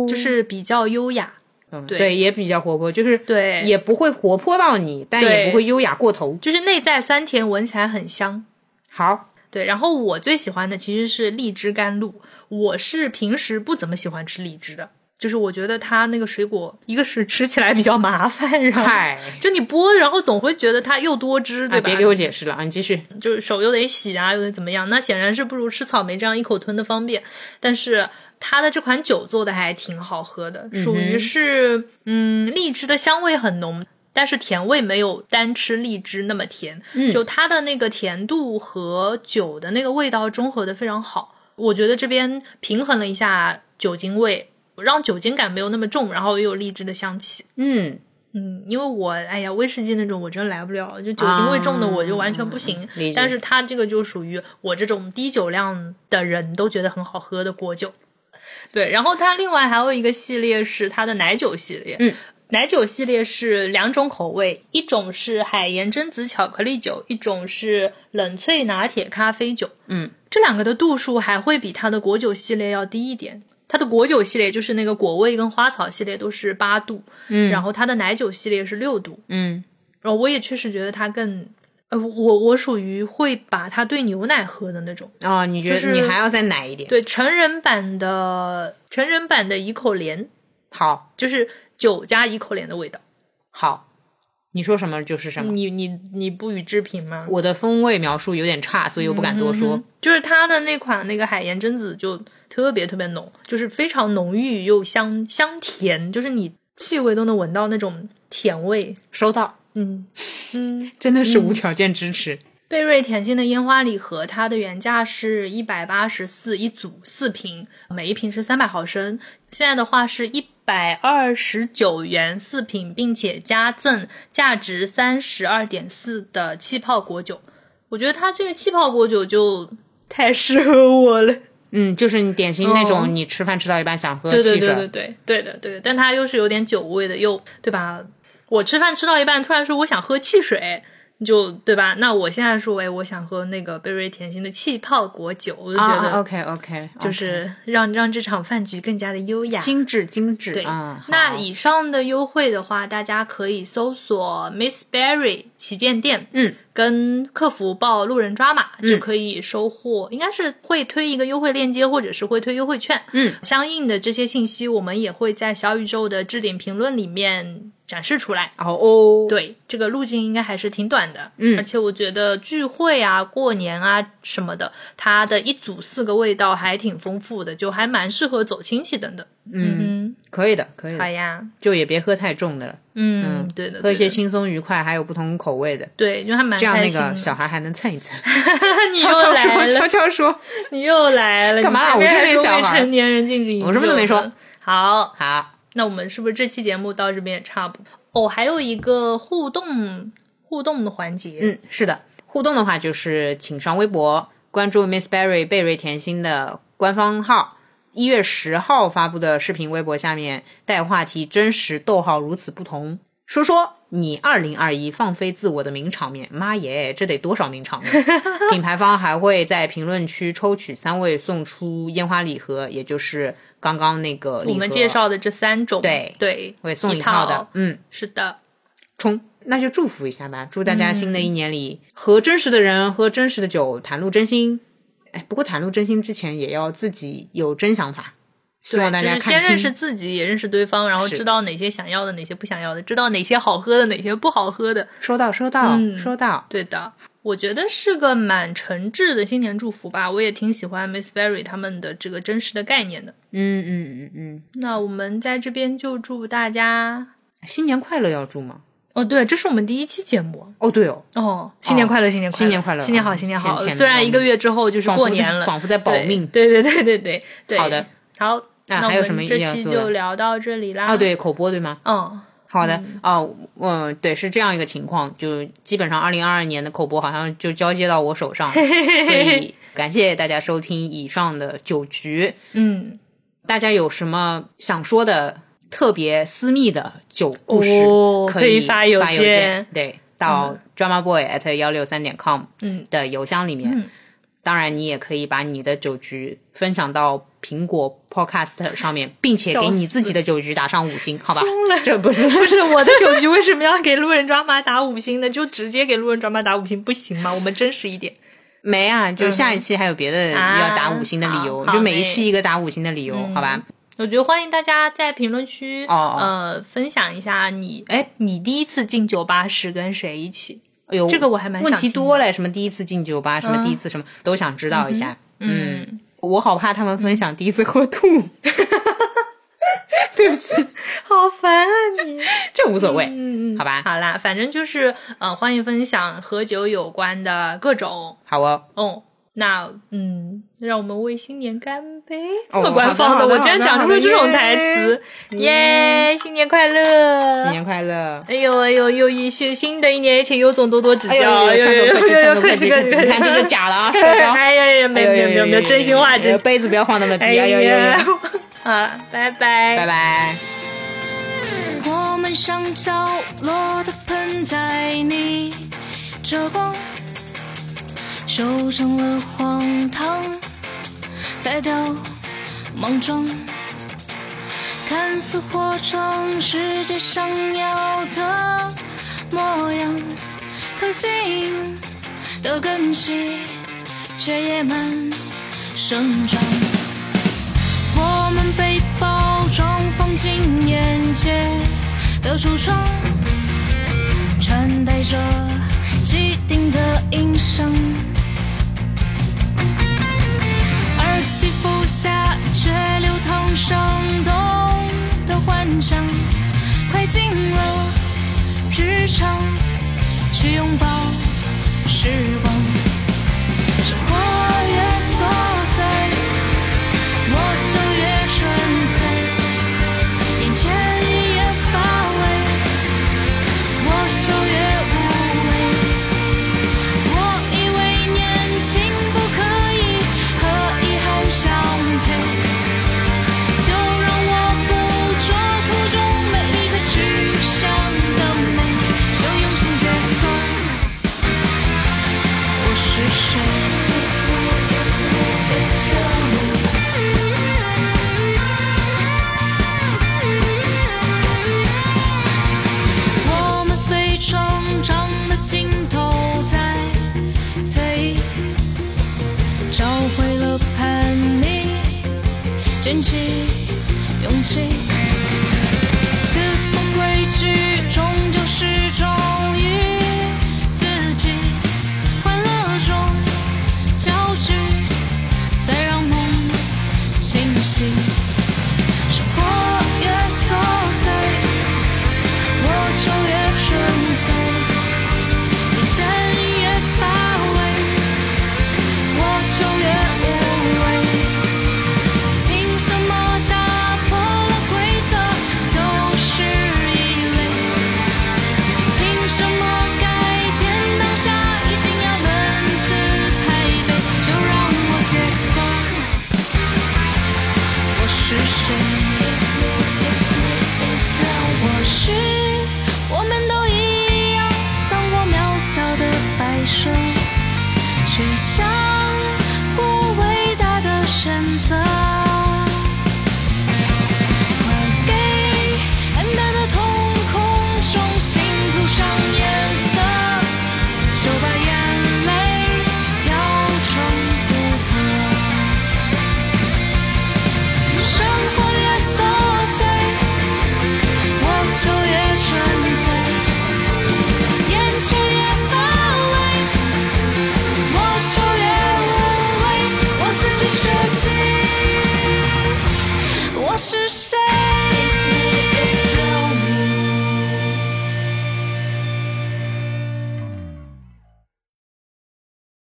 Speaker 2: 就
Speaker 1: 就是
Speaker 2: 是比较优雅。对
Speaker 1: 对，也比较活泼，就是
Speaker 2: 对
Speaker 1: 也不会活泼到你，但
Speaker 2: 对
Speaker 1: 也不会优雅过头。
Speaker 2: 就是内在酸甜，闻起来很香。
Speaker 1: 好，
Speaker 2: 对，然后我最喜欢的其实是荔枝甘露。我是平时不怎么喜欢吃荔枝的，就是我觉得它那个水果，一个是吃起来比较麻烦，然后
Speaker 1: 嗨，
Speaker 2: 就你剥，然后总会觉得它又多汁，对
Speaker 1: 啊，
Speaker 2: 吧？
Speaker 1: 别给我解释了啊，你继续。
Speaker 2: 就是手又得洗啊，又得怎么样？那显然是不如吃草莓这样一口吞的方便。但是它的这款酒做的还挺好喝的，属于是嗯荔枝的香味很浓，但是甜味没有单吃荔枝那么甜。
Speaker 1: 嗯
Speaker 2: 就它的那个甜度和酒的那个味道中和的非常好，我觉得这边平衡了一下酒精味，让酒精感没有那么重，然后又有荔枝的香气。
Speaker 1: 嗯，
Speaker 2: 嗯，因为我哎呀，威士忌那种我真来不了，就酒精味重的我就完全不行。
Speaker 1: 嗯理解
Speaker 2: 但是它这个就属于我这种低酒量的人都觉得很好喝的果酒。对，然后它另外还有一个系列是它的奶酒系列，
Speaker 1: 嗯，
Speaker 2: 奶酒系列是两种口味，一种是海盐榛子巧克力酒，一种是冷萃拿铁咖啡酒，
Speaker 1: 嗯，
Speaker 2: 这两个的度数还会比它的果酒系列要低一点。它的果酒系列就是那个果味跟花草系列都是八度，
Speaker 1: 嗯
Speaker 2: 然后它的奶酒系列是六度，
Speaker 1: 嗯，
Speaker 2: 然哦后我也确实觉得它更，呃，我我属于会把它兑牛奶喝的那种。
Speaker 1: 哦，你觉
Speaker 2: 就
Speaker 1: 得
Speaker 2: 是
Speaker 1: 你还要再奶一点？，
Speaker 2: 对，成人版的成人版的怡口莲，
Speaker 1: 好，
Speaker 2: 就是酒加怡口莲的味道。
Speaker 1: 好，你说什么就是什么。
Speaker 2: 你你你不予置评吗？
Speaker 1: 我的风味描述有点差，所以我不敢多说。
Speaker 2: 就是它的那款那个海盐榛子就特别特别浓，就是非常浓郁又香香甜，就是你气味都能闻到那种甜味。
Speaker 1: 收到，
Speaker 2: 嗯嗯，
Speaker 1: 真的是无条件支持。
Speaker 2: 贝瑞甜心的烟花礼盒，它的原价是一百八十四一组，四瓶，每一瓶是三百毫升。现在的话是一百二十九元四瓶，并且加赠价值三十二点四的气泡果酒。我觉得它这个气泡果酒就太适合我了。
Speaker 1: 嗯就是你典型那
Speaker 2: 哦
Speaker 1: 种你吃饭吃到一半想喝
Speaker 2: 对
Speaker 1: 汽
Speaker 2: 对
Speaker 1: 水，
Speaker 2: 对对对对的对的，但它又是有点酒味的，又对吧？我吃饭吃到一半，突然说我想喝汽水，你就对吧？那我现在说，哎，我想喝那个贝瑞甜心的气泡果酒，我就觉
Speaker 1: 啊
Speaker 2: 得
Speaker 1: ，OK OK，
Speaker 2: 就是让让这场饭局更加的优雅。
Speaker 1: 精致精致。
Speaker 2: 对
Speaker 1: 啊，好
Speaker 2: 那以上的优惠的话，大家可以搜索 Miss Berry 旗舰店，
Speaker 1: 嗯，
Speaker 2: 跟客服报路人抓马、就
Speaker 1: 嗯
Speaker 2: 可以收获，应该是会推一个优惠链接，或者是会推优惠券，
Speaker 1: 嗯，
Speaker 2: 相应的这些信息我们也会在小宇宙的置顶评论里面展示出来。
Speaker 1: 哦哦，
Speaker 2: 对，这个路径应该还是挺短的，
Speaker 1: 嗯
Speaker 2: 而且我觉得聚会啊、过年啊什么的，它的一组四个味道还挺丰富的，就还蛮适合走亲戚等等。嗯
Speaker 1: 可以的，可以
Speaker 2: 哼，好
Speaker 1: 的，
Speaker 2: 呀，
Speaker 1: 就也别喝太重的了，
Speaker 2: 嗯，对的，
Speaker 1: 喝一些
Speaker 2: 对的
Speaker 1: 轻松愉快，还有不同口味的，
Speaker 2: 对，就还蛮
Speaker 1: 这样
Speaker 2: 开
Speaker 1: 那
Speaker 2: 心
Speaker 1: 个
Speaker 2: 的。
Speaker 1: 小孩还能蹭一蹭。
Speaker 2: 你又来了，
Speaker 1: 悄说。
Speaker 2: 你又来了，
Speaker 1: 干嘛
Speaker 2: 你前面还
Speaker 1: 我是那
Speaker 2: 说
Speaker 1: 小
Speaker 2: 未
Speaker 1: 孩儿
Speaker 2: 成年人禁止饮酒，
Speaker 1: 我什么都没说。
Speaker 2: 好，
Speaker 1: 好，
Speaker 2: 那我们是不是这期节目到这边也差不多？哦，还有一个互动互动的环节，
Speaker 1: 嗯，是的，互动的话就是请上微博关注 Miss Berry 贝瑞甜心的官方号。一月十号发布的视频微博下面带话题“真实逗号如此不同”，说说你二零二一放飞自我的名场面。妈耶，这得多少名场面？ 品牌方还会在评论区抽取三位送出烟花礼盒，也就是刚刚那个礼盒
Speaker 2: 我们介绍的这三种，
Speaker 1: 对
Speaker 2: 对，
Speaker 1: 会送
Speaker 2: 一
Speaker 1: 一套
Speaker 2: 套
Speaker 1: 的，嗯。
Speaker 2: 是的，
Speaker 1: 冲，那就祝福一下吧，祝大
Speaker 2: 嗯
Speaker 1: 家新的一年里、和真实的人喝真实的酒，袒露真心。哎，不过袒露真心之前也要自己有真想法，希望大家
Speaker 2: 就是
Speaker 1: 看
Speaker 2: 先
Speaker 1: 清。
Speaker 2: 认识自己，也认识对方，然后
Speaker 1: 是
Speaker 2: 知道哪些想要的，哪些不想要的，知道哪些好喝的，哪些不好喝的，
Speaker 1: 收到，收到，
Speaker 2: 嗯
Speaker 1: 收到。
Speaker 2: 对的。我觉得是个蛮诚挚的新年祝福吧。我也挺喜欢 Miss Berry 他们的这个真实的概念的。
Speaker 1: 嗯嗯嗯嗯，
Speaker 2: 那我们在这边就祝大家
Speaker 1: 新年快乐要祝吗？
Speaker 2: 哦，对，这是我们第一期节目
Speaker 1: 哦，对哦，
Speaker 2: 哦，新年快乐，新年快乐，
Speaker 1: 新年快乐
Speaker 2: 新年好，
Speaker 1: 嗯
Speaker 2: 新年好。
Speaker 1: 前前
Speaker 2: 虽然一个月之后就是
Speaker 1: 仿
Speaker 2: 过
Speaker 1: 佛
Speaker 2: 年
Speaker 1: 在
Speaker 2: 了，
Speaker 1: 仿佛在保
Speaker 2: 对
Speaker 1: 命
Speaker 2: 对对对对对对。
Speaker 1: 好的，
Speaker 2: 好，
Speaker 1: 那
Speaker 2: 我
Speaker 1: 还有
Speaker 2: 们
Speaker 1: 什么
Speaker 2: 这
Speaker 1: 要
Speaker 2: 期
Speaker 1: 做的
Speaker 2: 就聊到这里啦。
Speaker 1: 啊，，对口播对吗？
Speaker 2: 嗯，
Speaker 1: 好的，哦，嗯、对，是这样一个情况，就基本上二零二二年的口播好像就交接到我 手上，所以感谢大家收听以上的九局。
Speaker 2: 嗯，
Speaker 1: 大家有什么想说的特别私密的九故事，
Speaker 2: 哦
Speaker 1: 可
Speaker 2: 可以
Speaker 1: 以
Speaker 2: 发
Speaker 1: 邮
Speaker 2: 邮
Speaker 1: 件，
Speaker 2: 件
Speaker 1: 对，到 drama boy at 幺六三点 com
Speaker 2: 嗯
Speaker 1: 的邮箱里面。
Speaker 2: 嗯
Speaker 1: 当然，你也可以把你的酒局分享到苹果 Podcast 上 面，并且给你自己的酒局打上五星，好吧？ 这不 是
Speaker 2: 不是我的酒局为什么要给路人抓马打五星呢？就直接给路人抓马打五星不行吗？我们真实一点。
Speaker 1: 没啊，就下一期还有别的
Speaker 2: 啊
Speaker 1: 要打五星的理由，
Speaker 2: 好
Speaker 1: 就每
Speaker 2: 好嘞
Speaker 1: 一期一个打五星的理由，好吧？
Speaker 2: 我觉得欢迎大家在评论区
Speaker 1: 哦哦
Speaker 2: 呃分享一下你哎，你第一次进酒吧是跟谁一起？
Speaker 1: 哎呦，
Speaker 2: 这个我还蛮想
Speaker 1: 问题
Speaker 2: 听的嗯
Speaker 1: 多嘞，什么第一次进酒吧，什么第一次什么、都想知道一下。嗯，我好怕他们分享第一次喝吐， 对不起，
Speaker 2: 好烦啊你！
Speaker 1: 这无所谓，
Speaker 2: 嗯嗯，
Speaker 1: 好吧？
Speaker 2: 好啦，反正就是呃，欢迎分享和酒有关的各种。
Speaker 1: 好哦，
Speaker 2: 哦，那嗯，让我们为新年干杯！这
Speaker 1: 哦
Speaker 2: 么官方
Speaker 1: 好的好的嗯
Speaker 2: 我竟然讲出了这种台词，耶！新年快
Speaker 1: 新
Speaker 2: 乐！
Speaker 1: 年快乐！
Speaker 2: 哎呦哎呦，又一新新的一年，请尤总多多指教。
Speaker 1: 哎呦，
Speaker 2: 呦
Speaker 1: 哎呦，哎呦，
Speaker 2: 呦
Speaker 1: 哎
Speaker 2: 呦
Speaker 1: 呦，
Speaker 2: 快这
Speaker 1: 这
Speaker 2: 个
Speaker 1: 个，你看这是 假的啊，说的啊。
Speaker 2: 哎呀呀，没有没有没有没有，真心话真。
Speaker 1: 杯子不要放那么低，
Speaker 2: 哎
Speaker 1: 哎呦呦
Speaker 2: 呀
Speaker 1: 呦，，
Speaker 2: 啊，拜拜
Speaker 1: 拜拜。
Speaker 4: 我们像角落的盆栽，逆着光，收成了荒唐，再掉莽撞，看似活成世界想要的模样，可心的根系却野蛮生长。我们被包装放进眼界的橱窗，穿戴着既定的印象，耳机服下却流淌生动的幻想，快进了日常，去拥抱时光。生活越琐碎。我就越纯粹，眼前一眼乏味，我就越无畏。我以为年轻不可以和遗憾相配，就让我捕捉途中每一个具象的美，就用心解锁我是谁。我们随成长的尽头在退役，找回了叛逆，卷起勇气。